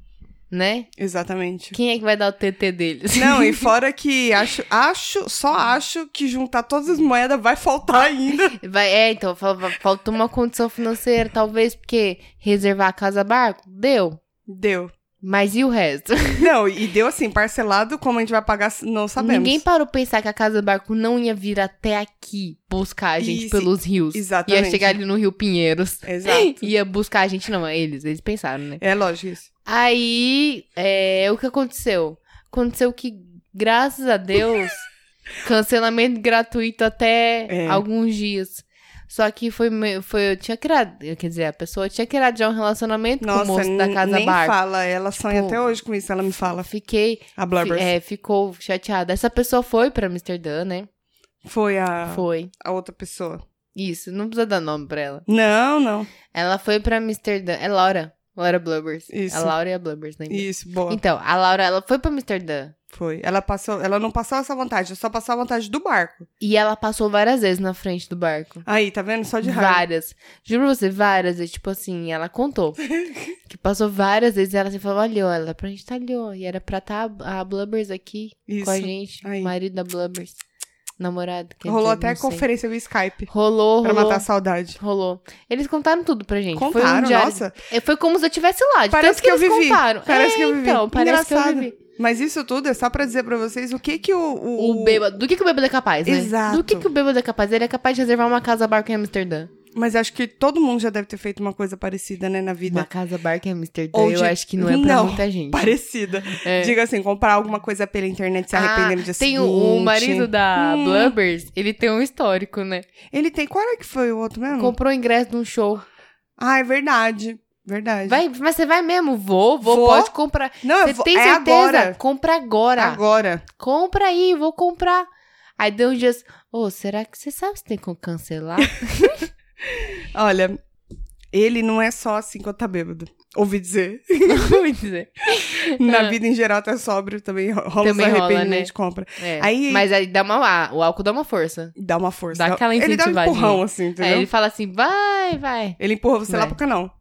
B: né?
A: Exatamente.
B: Quem é que vai dar o TT deles?
A: Não, e fora que acho, acho, só acho que juntar todas as moedas vai faltar ainda.
B: Vai, é, então, fal- fal- faltou uma condição financeira, talvez, porque reservar a casa barco, deu.
A: Deu.
B: Mas e o resto?
A: Não, e deu assim, parcelado, como a gente vai pagar, não sabemos.
B: Ninguém parou pra pensar que a casa barco não ia vir até aqui buscar a gente
A: Isso,
B: pelos rios.
A: Exatamente.
B: Ia chegar ali no Rio Pinheiros.
A: Exato.
B: Ia buscar a gente, não, é eles, eles pensaram, né?
A: É lógico isso.
B: Aí, é, o que aconteceu? Aconteceu que, graças a Deus, cancelamento gratuito até
A: É.
B: alguns dias. Só que foi, me- foi. Eu tinha criado. Quer dizer, a pessoa tinha criado já um relacionamento com o
A: Nossa,
B: moço da
A: n-
B: Casa
A: nem
B: Barco.
A: fala, ela sonha
B: Tipo,
A: até hoje com isso, ela me fala.
B: Fiquei.
A: A Blubbers.
B: é, ficou chateada. Essa pessoa foi pra Amsterdã, né?
A: Foi a,
B: Foi.
A: a outra pessoa.
B: Isso, não precisa dar nome pra ela.
A: Não, não.
B: Ela foi pra Amsterdã. É Laura. Laura Blubbers.
A: Isso.
B: A Laura e a Blubbers, né?
A: Isso, boa.
B: Então, a Laura, ela foi pra Amsterdã.
A: Foi. Ela passou, ela não passou essa vantagem, ela só passou a vantagem do barco.
B: E ela passou várias vezes na frente do barco.
A: Aí, tá vendo? Só de raiva.
B: Várias. Juro pra você, várias vezes. Tipo assim, ela contou. que passou várias vezes. Ela assim falou, olhou, ela pra gente tá olhou. E era pra tá a Blubbers aqui
A: Isso.
B: com a gente.
A: Aí.
B: O marido da Blubbers. namorado. quer
A: Rolou
B: dizer,
A: até
B: não sei.
A: conferência via Skype
B: Rolou,
A: pra
B: rolou.
A: matar a saudade.
B: Rolou. Eles contaram tudo pra gente. foi um
A: Contaram,
B: diário...
A: nossa.
B: É, Foi como se eu estivesse lá. De
A: Parece
B: tanto
A: que eu
B: eles
A: vivi.
B: contaram.
A: Parece
B: É,
A: que eu vivi.
B: Então, parece
A: Engraçado.
B: que eu vivi.
A: Mas isso tudo é só pra dizer pra vocês o que que o.
B: O bêbado. Do que, que o bêbado é capaz, né?
A: Exato.
B: Do que, que o bêbado é capaz? Ele é capaz de reservar uma casa barco em Amsterdã.
A: Mas acho que todo mundo já deve ter feito uma coisa parecida, né, na
B: Uma
A: vida.
B: casa barco em Amsterdã,
A: Ou
B: eu
A: de-
B: acho que não é pra
A: Não,
B: muita gente.
A: Parecida.
B: É.
A: Diga assim, comprar alguma coisa pela internet se arrependendo
B: Ah,
A: de Hum.
B: Tem o, o marido da Blubbers, ele tem um histórico, né?
A: Ele tem. Qual era que foi o outro mesmo?
B: Comprou o ingresso de um show.
A: Ah, é verdade. Verdade.
B: Vai, mas você vai mesmo? Vou, vou,
A: Vou.
B: pode comprar.
A: Não, eu
B: Você
A: vou-
B: tem
A: é
B: certeza?
A: agora.
B: Compra agora.
A: Agora.
B: Compra aí, vou comprar. Aí deu uns dias, ô, será que você sabe se tem como cancelar?
A: Olha, ele não é só assim quando tá bêbado. Ouvi dizer.
B: Vou dizer.
A: Na vida em geral, tá sóbrio também rola
B: Também
A: os
B: rola,
A: arrependimentos
B: né?
A: de compra.
B: É,
A: Aí-
B: Mas aí dá uma, ah, o álcool dá uma força.
A: Dá uma força.
B: Dá aquela
A: Ele dá um
B: incentivadinha.
A: empurrão, assim,
B: Aí
A: entendeu?
B: ele fala assim, vai, vai,
A: Ele empurra você lá
B: Vai.
A: pro canal.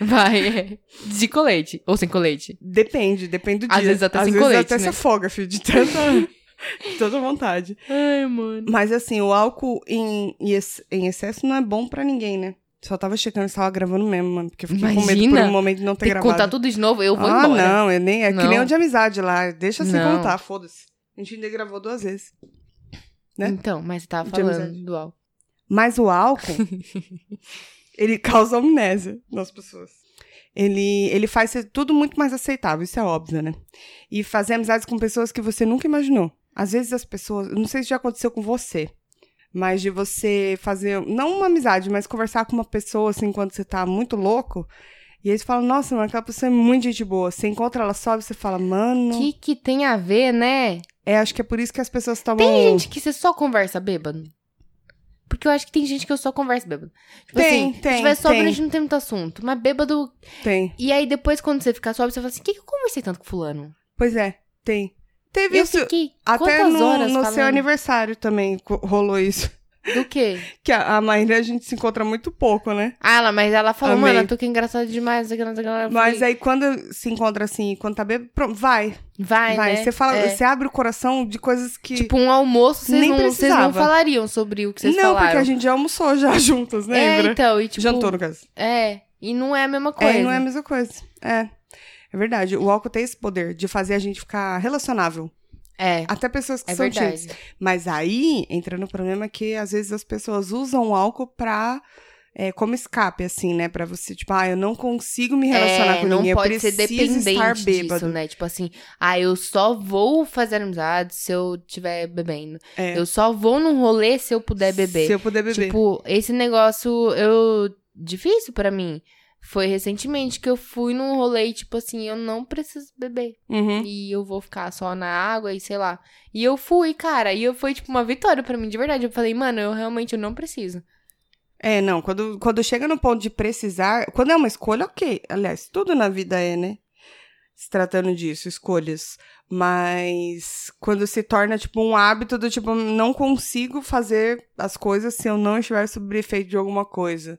B: vai. É. De colete, ou sem colete.
A: Depende, depende do
B: Às
A: dia.
B: vezes até
A: Às
B: sem
A: vezes
B: colete,
A: até
B: né?
A: se afoga, filho, de tanta, de tanta vontade.
B: Ai, mano.
A: Mas assim, o álcool em, em ex- em excesso não é bom pra ninguém, né? Só tava checando se tava gravando mesmo, mano. Porque eu fiquei com medo
B: Imagina!
A: por um momento de não ter
B: Tem que
A: gravado.
B: contar tudo de novo, eu vou
A: ah,
B: embora.
A: não, eu nem, é que
B: Não.
A: nem o de amizade lá. Deixa sem
B: Não.
A: contar, foda-se. A gente ainda gravou duas vezes. né?
B: Então, mas você
A: De
B: tava falando
A: amizade.
B: do álcool.
A: Mas o álcool, ele causa amnésia nas pessoas. Ele, ele faz ser tudo muito mais aceitável, isso é óbvio, né? E fazer amizades com pessoas que você nunca imaginou. Às vezes as pessoas, eu não sei se já aconteceu com você, mas de você fazer, não uma amizade, mas conversar com uma pessoa, assim, quando você tá muito louco, e eles falam, nossa, mano, aquela pessoa é muito gente boa. Você encontra ela sobe, você fala, mano...
B: O que que tem a ver, né?
A: É, acho que é por isso que as pessoas tomam...
B: Tem gente que você só conversa bêbado. Porque eu acho que tem gente que eu só converso bêbado. Tipo
A: Tem,
B: assim,
A: tem,
B: se tiver sóbrio,
A: tem.
B: a gente não tem muito assunto. Mas bêbado.
A: Tem.
B: E aí depois, quando você ficar sóbrio, você fala assim: o que, que eu conversei tanto com fulano?
A: Pois é, tem. Teve
B: Eu
A: isso...
B: fiquei
A: Até
B: quantas
A: no,
B: horas
A: no
B: falando
A: seu aniversário também co- rolou isso.
B: do quê?
A: Que a, a Maíra a gente se encontra muito pouco, né?
B: Ah, ela, mas ela falou,
A: Amei.
B: mano, a Tuca é engraçada demais, não sei o que, não sei o que lá. Eu
A: Mas é-
B: falei,
A: aí quando se encontra assim, quando tá bêbado, pronto, vai.
B: Vai,
A: Vai.
B: né?
A: Você fala,
B: É.
A: você abre o coração de coisas que.
B: Tipo, um almoço, vocês
A: Nem
B: não, vocês não
A: precisava.
B: falariam sobre o que vocês
A: não,
B: falaram.
A: porque a gente já almoçou já juntas, lembra?
B: É, então, e tipo...
A: Jantou, no caso.
B: É, e não é a mesma coisa.
A: É, e não é a mesma coisa. É. É verdade. O álcool tem esse poder de fazer a gente ficar relacionável.
B: É,
A: Até pessoas que
B: é
A: são
B: verdade.
A: tímidas. Mas aí entra no problema que às vezes as pessoas usam o álcool pra. é, como escape, assim, né? Pra você, tipo, ah, eu não consigo me relacionar
B: é,
A: com
B: não
A: ninguém. eu
B: pode ser
A: preciso
B: dependente
A: estar
B: disso,
A: bêbado.
B: né? Tipo assim, ah, eu só vou fazer amizade se eu tiver bebendo.
A: É.
B: Eu só vou num rolê se eu puder beber.
A: Se eu puder beber.
B: Tipo, esse negócio eu difícil pra mim. Foi recentemente que eu fui num rolê e, tipo assim, eu não preciso beber.
A: Uhum.
B: E eu vou ficar só na água e sei lá. E eu fui, cara. E eu foi, tipo, uma vitória pra mim, de verdade. Eu falei, mano, eu realmente eu não preciso.
A: É, não, quando, quando chega no ponto de precisar, quando é uma escolha, ok. Aliás, tudo na vida é, né? Se tratando disso, escolhas. Mas quando se torna, tipo, um hábito do tipo, não consigo fazer as coisas se eu não estiver sob efeito de alguma coisa.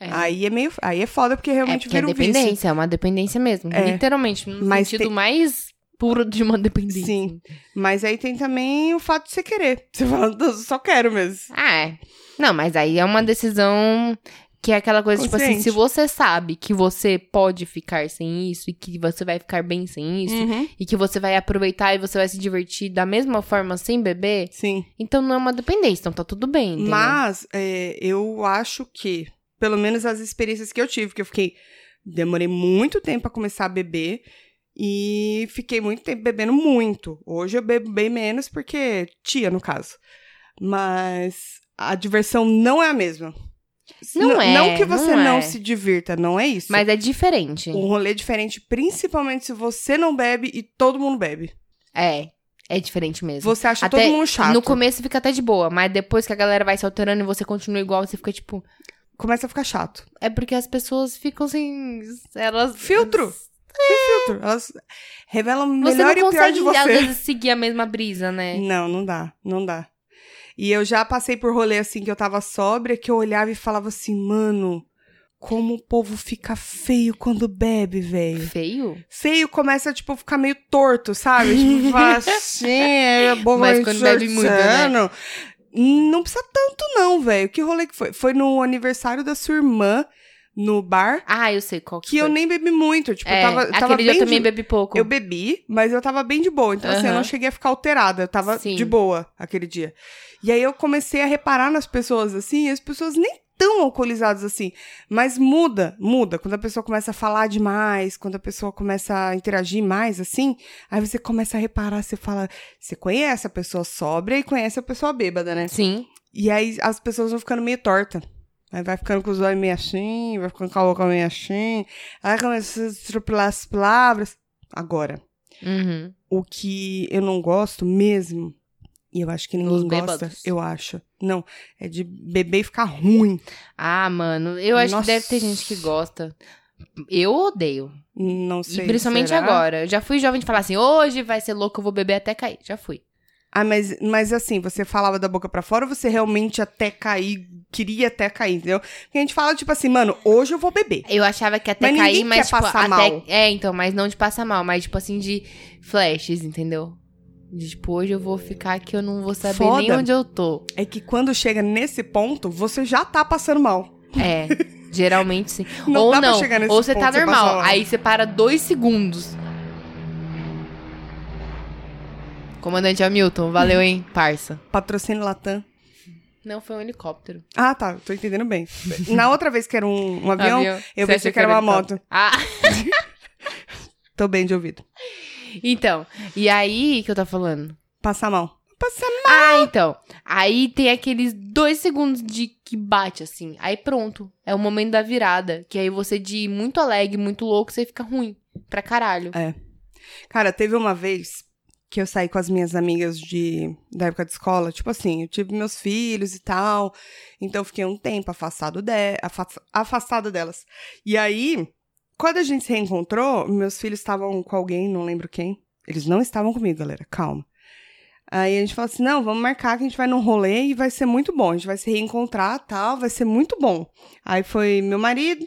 B: É.
A: Aí é meio. Aí é foda porque
B: É
A: realmente
B: porque é
A: vira um vício.
B: dependência, é uma dependência mesmo.
A: É.
B: Literalmente, no
A: Mas
B: sentido
A: tem-
B: mais puro de uma dependência.
A: Sim. Mas aí tem também o fato de você querer. Você fala, "Não, só quero mesmo.
B: Ah, é. Não, mas aí é uma decisão que é aquela coisa, tipo assim,
A: Consciente.
B: se você sabe que você pode ficar sem isso e que você vai ficar bem sem isso
A: Uhum.
B: e que você vai aproveitar e você vai se divertir da mesma forma sem beber,
A: Sim.
B: então não é uma dependência, então tá tudo bem, entendeu?
A: Mas é, eu acho que, pelo menos as experiências que eu tive, que eu fiquei. Demorei muito tempo a começar a beber e fiquei muito tempo bebendo muito. Hoje eu bebo bem menos porque tia, no caso. Mas a diversão não é a mesma.
B: Não é,
A: Não que você
B: não
A: não,
B: é.
A: se divirta, não é isso.
B: Mas é diferente.
A: um rolê é diferente, principalmente se você não bebe e todo mundo bebe.
B: É, é diferente mesmo.
A: Você acha
B: Até
A: todo mundo chato.
B: No começo fica até de boa, mas depois que a galera vai se alterando e você continua igual, você fica tipo.
A: Começa a ficar chato.
B: É porque as pessoas ficam sem. Elas.
A: Filtro. Filtro. Elas revelam o
B: Você
A: melhor
B: não
A: e o pior
B: consegue,
A: de
B: às
A: você.
B: vezes, seguir a mesma brisa, né?
A: Não, não dá. Não dá. E eu já passei por rolê assim que eu tava sóbria, que eu olhava e falava assim, mano, como o povo fica feio quando bebe, velho.
B: Feio?
A: Feio começa, tipo, a ficar meio torto, sabe? Tipo, fala assim, é bobo
B: Mas quando bebe muito, né?
A: enxortando. Não precisa tanto, não, velho. Que rolê que foi? Foi no aniversário da sua irmã, no bar,
B: Ah, eu sei qual que,
A: que eu
B: foi.
A: nem bebi muito. Tipo, eu
B: É,
A: tava, eu tava
B: aquele dia
A: bem
B: eu também
A: de...
B: bebi pouco.
A: Eu bebi, mas eu tava bem de boa. Então, assim, eu
B: Aham.
A: não cheguei a ficar alterada. Eu tava
B: Sim.
A: de boa aquele dia. E aí eu comecei a reparar nas pessoas, assim, e as pessoas nem tão alcoolizadas assim. Mas muda, muda. Quando a pessoa começa a falar demais, quando a pessoa começa a interagir mais, assim, aí você começa a reparar, você fala. Você conhece a pessoa sóbria e conhece a pessoa bêbada, né?
B: Sim.
A: E aí as pessoas vão ficando meio torta. Aí vai ficando com os olhos meio assim, vai ficando com a boca meio assim. Aí começa a estropilar as palavras. Agora,
B: Uhum.
A: o que eu não gosto mesmo, e eu acho que ninguém
B: Nos
A: gosta,
B: bêbados.
A: eu acho. Não, é de beber e ficar ruim.
B: Ah, mano, eu acho
A: Nossa.
B: que deve ter gente que gosta. Eu odeio.
A: Não
B: E
A: sei.
B: principalmente
A: será?
B: agora. Eu já fui jovem de falar assim, hoje vai ser louco, eu vou beber até cair. Já fui.
A: Ah, mas, mas assim, você falava da boca pra fora ou você realmente até cair, queria até cair, entendeu? Porque a gente fala tipo assim, mano, hoje eu vou beber.
B: Eu achava que até
A: Mas ninguém
B: cair, mas
A: quer
B: tipo,
A: passar
B: até.
A: mal.
B: É, então, mas não de passar mal, mas tipo assim, de flashes, entendeu? De tipo, hoje eu vou ficar que eu não vou saber nem
A: Foda.
B: onde eu tô.
A: É que quando chega nesse ponto, você já tá passando mal.
B: É, geralmente sim.
A: Não
B: ou
A: dá pra
B: não,
A: chegar nesse
B: ou você tá
A: ponto, você
B: normal.
A: passa lá.
B: aí você para dois segundos. Comandante Hamilton, valeu, hein, parça.
A: Patrocínio Latam.
B: Não, foi um helicóptero.
A: Ah, tá. Tô entendendo bem. Na outra vez que era um, um avião, eu
B: Você
A: pensei
B: acha
A: que era uma
B: helicóptero?
A: moto.
B: Ah,
A: Tô bem de ouvido.
B: então. E aí, que eu tava falando?
A: Passar mal. Passar mal.
B: Ah, então. Aí tem aqueles dois segundos de que bate, assim. Aí pronto. É o momento da virada. Que aí você de muito alegre, muito louco, você fica ruim. Pra caralho.
A: Cara, teve uma vez que eu saí com as minhas amigas de, da época de escola. Tipo assim, eu tive meus filhos e tal. Então eu fiquei um tempo afastado, de, afas- afastado delas. E aí, quando a gente se reencontrou, meus filhos estavam com alguém, não lembro quem. Eles não estavam comigo, galera. Calma. Aí a gente falou assim: não, vamos marcar que a gente vai num rolê e vai ser muito bom. A gente vai se reencontrar tal, vai ser muito bom. Aí foi meu marido,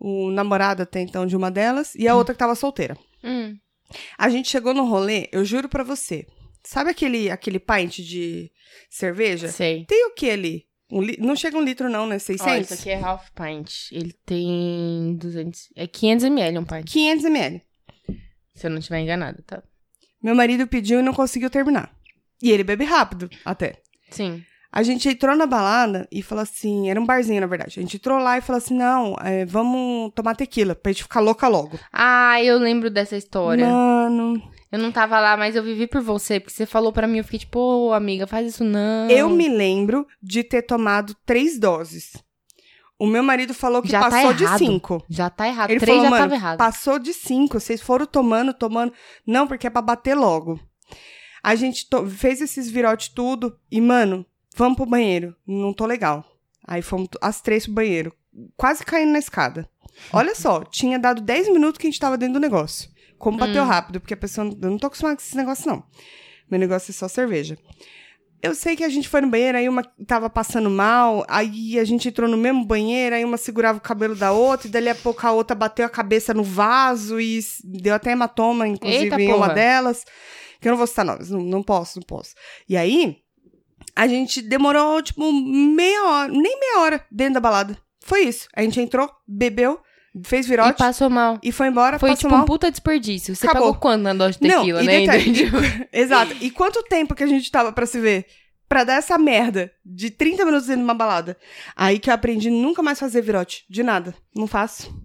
A: o namorado até então de uma delas, e a outra que tava solteira.
B: Hum.
A: A gente chegou no rolê, eu juro pra você. Sabe aquele, aquele pint de cerveja?
B: Sei.
A: Tem o que ali? Um li- Não chega um litro, não, né?
B: Ó, isso
A: 600?
B: aqui é half pint. Ele tem 200... É 500ml um pint.
A: 500 ml.
B: Se eu não estiver enganada, tá?
A: Meu marido pediu e não conseguiu terminar. E ele bebe rápido, até.
B: Sim.
A: A gente entrou na balada e falou assim: era um barzinho, na verdade. A gente entrou lá e falou assim: não, é, vamos tomar tequila, pra gente ficar louca logo.
B: Ah, eu lembro dessa história.
A: Mano,
B: Eu não tava lá, mas eu vivi por você. Porque você falou pra mim, eu fiquei tipo, ô, amiga, faz isso não.
A: eu me lembro de ter tomado três doses. O meu marido falou que
B: Já tá
A: passou de
B: errado.
A: cinco.
B: Já tá errado.
A: Ele
B: Três
A: falou,
B: já
A: mano,
B: tava errado.
A: Passou de cinco, vocês foram tomando, tomando. Não, porque é pra bater logo. A gente to- fez esses virote tudo e, mano, vamos pro banheiro. Não tô legal. Aí fomos t- as três pro banheiro, quase caindo na escada. Olha só, tinha dado 10 minutos que a gente tava dentro do negócio. Como bateu
B: Hum.
A: rápido, porque a pessoa. Eu não tô acostumada com esse negócio, não. Meu negócio é só cerveja. Eu sei que a gente foi no banheiro, aí uma tava passando mal, aí a gente entrou no mesmo banheiro, aí uma segurava o cabelo da outra, e dali a pouco a outra bateu a cabeça no vaso e s- deu até hematoma, inclusive,
B: Eita
A: em uma
B: porra.
A: delas. Que eu não vou citar nomes, não, não posso, não posso. E aí, a gente demorou, tipo, meia hora, nem meia hora dentro da balada. Foi isso. A gente entrou, bebeu, fez
B: E
A: virote e,
B: passou mal.
A: foi embora,
B: Foi
A: passou
B: tipo um
A: mal.
B: puta desperdício. Você
A: Acabou.
B: pagou quanto na dose de
A: Não,
B: tequila,
A: e
B: né?
A: detalhe,
B: Entendeu?
A: Exato. E quanto tempo que a gente tava pra se ver? Pra dar essa merda de 30 minutos dentro de uma balada. Aí que eu aprendi nunca mais fazer virote. De nada. Não faço.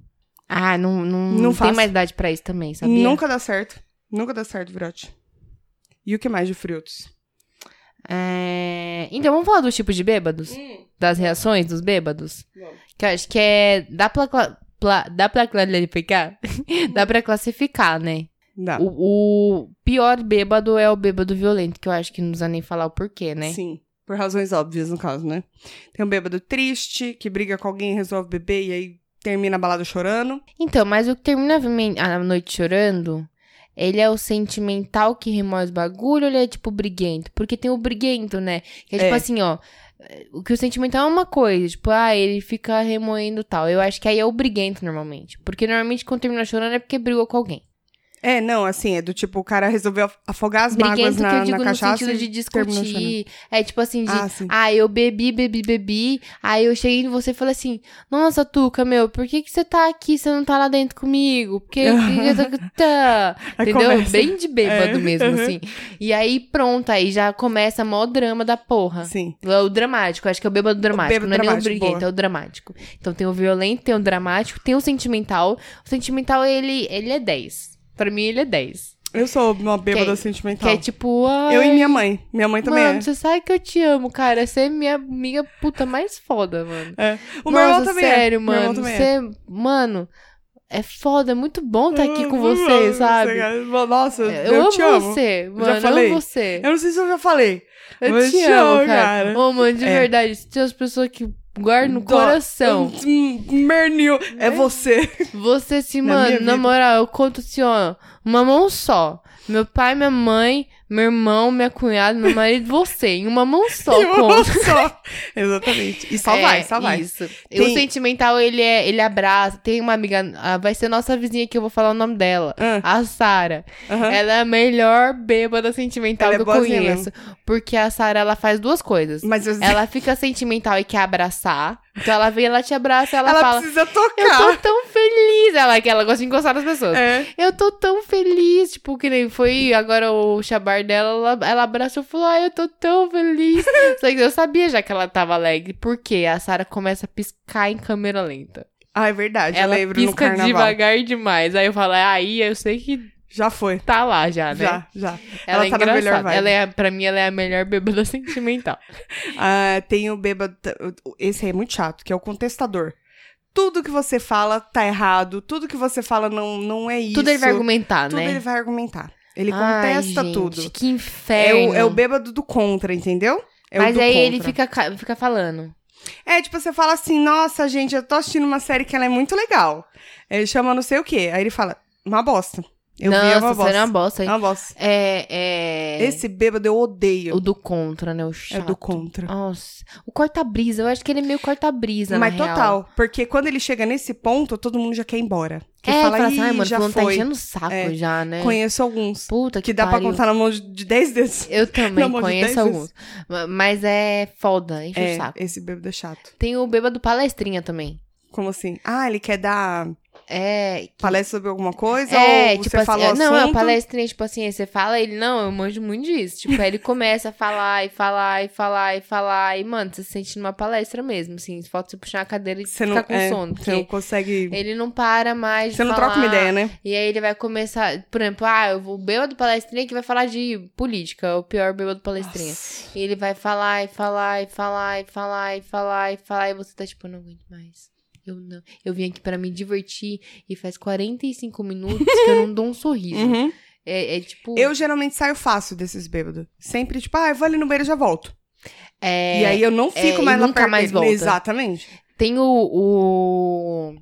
B: Ah, não,
A: Não
B: não, não, tem
A: faço.
B: mais idade pra isso também, sabia?
A: Nunca dá certo. Nunca dá certo virote. E o que mais de frutos?
B: É, Então vamos falar dos tipos de bêbados? Das reações dos bêbados?
A: Vamos.
B: Que eu acho que é. Dá pra. cla- pla- Dá pra classificar? Dá pra classificar, né?
A: Dá.
B: O, o pior bêbado é o bêbado violento, que eu acho que não precisa nem falar o porquê, né?
A: Sim. Por razões óbvias, no caso, né? Tem um bêbado triste, que briga com alguém, resolve beber e aí termina a balada chorando.
B: Então, mas o que termina a men- a noite chorando Ele é o sentimental que remove os bagulho, ou ele é tipo briguento. Porque tem o briguento, né? Que é tipo
A: É.
B: assim, ó. O que o sentimental é uma coisa, tipo, ah, ele fica remoendo tal. Eu acho que aí é o briguento normalmente. Porque normalmente quando termina chorando é porque brigou com alguém.
A: É, não, assim, é do tipo, o cara resolveu afogar as mágoas
B: Briguento
A: na,
B: que eu digo
A: na
B: no
A: cachaça.
B: sentido de
A: e terminou
B: discutir. É tipo assim, de.
A: chorando. Ah, sim.
B: Ah, eu bebi, bebi, bebi. Aí eu cheguei em você e falei assim: Nossa, Tuca, meu, por que, que você tá aqui? Você não tá lá dentro comigo? Porque. tá.
A: Aí
B: Entendeu?
A: É, começa.
B: Bem de
A: É,
B: bêbado mesmo,
A: aham.
B: assim. E aí, pronto, aí já começa mó drama da porra.
A: Sim.
B: É o dramático, acho que é o bêbado dramático.
A: bêbado
B: não é
A: dramático,
B: nem o briguento,
A: boa.
B: é o dramático. Então tem o violento, tem o dramático, tem o sentimental. O sentimental, ele, ele é 10. Pra mim, ele é 10.
A: Eu sou uma bêbada
B: Que é- Que
A: sentimental.
B: é tipo. Ai,
A: Tá. Eu e minha mãe. Minha mãe também
B: Mano,
A: é.
B: você sabe que eu te amo, cara. Você é minha amiga puta mais foda, mano.
A: É. O meu
B: Nossa,
A: irmão também
B: sério,
A: é.
B: mano.
A: Meu irmão também
B: você,
A: é.
B: mano, é foda, é muito bom estar aqui com
A: Eu amo
B: você, sabe?
A: cara. Nossa, eu,
B: Eu, amo
A: te amo.
B: você, mano. Eu,
A: falei.
B: amo você.
A: Eu não sei se eu já falei.
B: Eu,
A: mas
B: te amo, cara. Ô, mano, de
A: É.
B: verdade, você tem as pessoas que guardam no
A: Dó-
B: coração.
A: Hum, Mernil,
B: Né?
A: é você.
B: Você se,
A: Na
B: mano,
A: minha
B: na
A: vida.
B: moral, eu conto assim, ó, uma mão só. Meu pai, minha mãe, meu irmão, minha cunhada, meu marido, você. Em uma mão só,
A: E eu
B: conto.
A: só. Exatamente. E só
B: É,
A: vai, só vai.
B: Isso.
A: Tem-
B: O sentimental, ele é, ele abraça. Tem uma amiga, ah, vai ser nossa vizinha que eu vou falar o nome dela.
A: Ah,
B: A Sara.
A: aham.
B: Ela é a melhor bêbada sentimental
A: Ela é
B: que eu
A: boazinha
B: conheço. Porque a Sara, ela faz duas coisas.
A: Mas eu-
B: Ela fica sentimental e quer abraçar. Então ela vem, ela te abraça, ela,
A: ela,
B: fala:
A: precisa
B: Eu
A: tocar.
B: tô tão feliz. Ela, que ela gosta de encostar nas pessoas.
A: É.
B: Eu tô tão feliz, tipo, que nem foi agora o chabar dela, ela, ela abraçou e falou, ai, eu tô tão feliz. Só que eu sabia já que ela tava alegre, porque a Sara começa a piscar em câmera lenta.
A: Ah, é verdade.
B: ela
A: eu lembro no
B: pisca
A: carnaval.
B: devagar demais. Aí eu falo, "É, aí eu sei que
A: Já foi.
B: tá lá já, né?
A: Já, já. Ela
B: Ela, é
A: tá na melhor
B: engraçada.
A: vibe.
B: Ela é, a- pra mim, ela é a melhor bêbada sentimental.
A: Ah, tem o bêbado. Esse aí é muito chato, que é o contestador. Tudo que você fala tá errado, tudo que você fala não, não é isso.
B: Tudo ele vai argumentar,
A: Tudo
B: né?
A: ele vai argumentar. Ele
B: Ai,
A: contesta
B: gente,
A: tudo.
B: que
A: É
B: inferno.
A: o, é o bêbado do contra, entendeu? É o
B: Mas
A: do
B: aí ele
A: contra.
B: fica, ca- fica falando.
A: É, tipo, você fala assim, nossa, gente, eu tô assistindo uma série que ela é muito legal. Ele chama não sei o quê. Aí ele fala, uma bosta. Eu
B: Nossa,
A: vi, é uma
B: você
A: bosta.
B: é uma bosta.
A: É uma bosta.
B: É, é...
A: Esse bêbado eu odeio.
B: O do contra, né? O chato.
A: É do contra.
B: Nossa. O corta-brisa, eu acho que ele é meio corta-brisa,
A: Mas
B: na
A: total, porque quando ele chega nesse ponto, todo mundo já quer ir embora. Que
B: real. É,
A: fala,
B: fala assim,
A: "Ih,
B: ai, mano,
A: já
B: fulano tá
A: foi.
B: enchendo o saco
A: É.
B: já, né?
A: Conheço alguns.
B: Puta que,
A: Que dá pra
B: pariu.
A: contar na mão de de 10 dedos.
B: Eu também
A: na mão de dez
B: conheço
A: vezes.
B: alguns. Ma- Mas é foda, enche o
A: É,
B: saco.
A: esse bêbado é chato.
B: Tem o bêbado palestrinha também.
A: Como assim? Ah, ele quer dar
B: É. que-
A: palestra sobre alguma coisa?
B: É,
A: ou
B: tipo
A: você
B: assim,
A: fala o
B: não, é
A: assunto?
B: o palestrinha, tipo assim, aí você fala, ele, não, eu manjo muito disso. Tipo, aí ele começa a falar e falar e falar e falar, e, mano, você se sente numa palestra mesmo, assim, falta você puxar a cadeira e
A: Você não,
B: ficar com
A: é,
B: sono.
A: você
B: porque-
A: não consegue...
B: Ele não para mais. de
A: Você não troca uma
B: falar.
A: ideia, né?
B: E aí ele vai começar, por exemplo, ah, eu vou o bêbado palestrinha que vai falar de política, o pior bêbado palestrinha.
A: Nossa.
B: E ele vai falar e falar e falar e falar e falar e falar e você tá tipo, eu não aguento mais. Eu não. Eu vim aqui pra me divertir e faz 45 minutos que eu não dou um sorriso.
A: Uhum.
B: É, é tipo,
A: Eu geralmente saio fácil desses bêbados. Sempre, tipo, ah, eu vou ali no banheiro e já volto.
B: é,
A: e aí eu não fico
B: e
A: mais lá
B: nunca
A: perto
B: mais
A: dele.
B: volta.
A: Exatamente.
B: tem o, o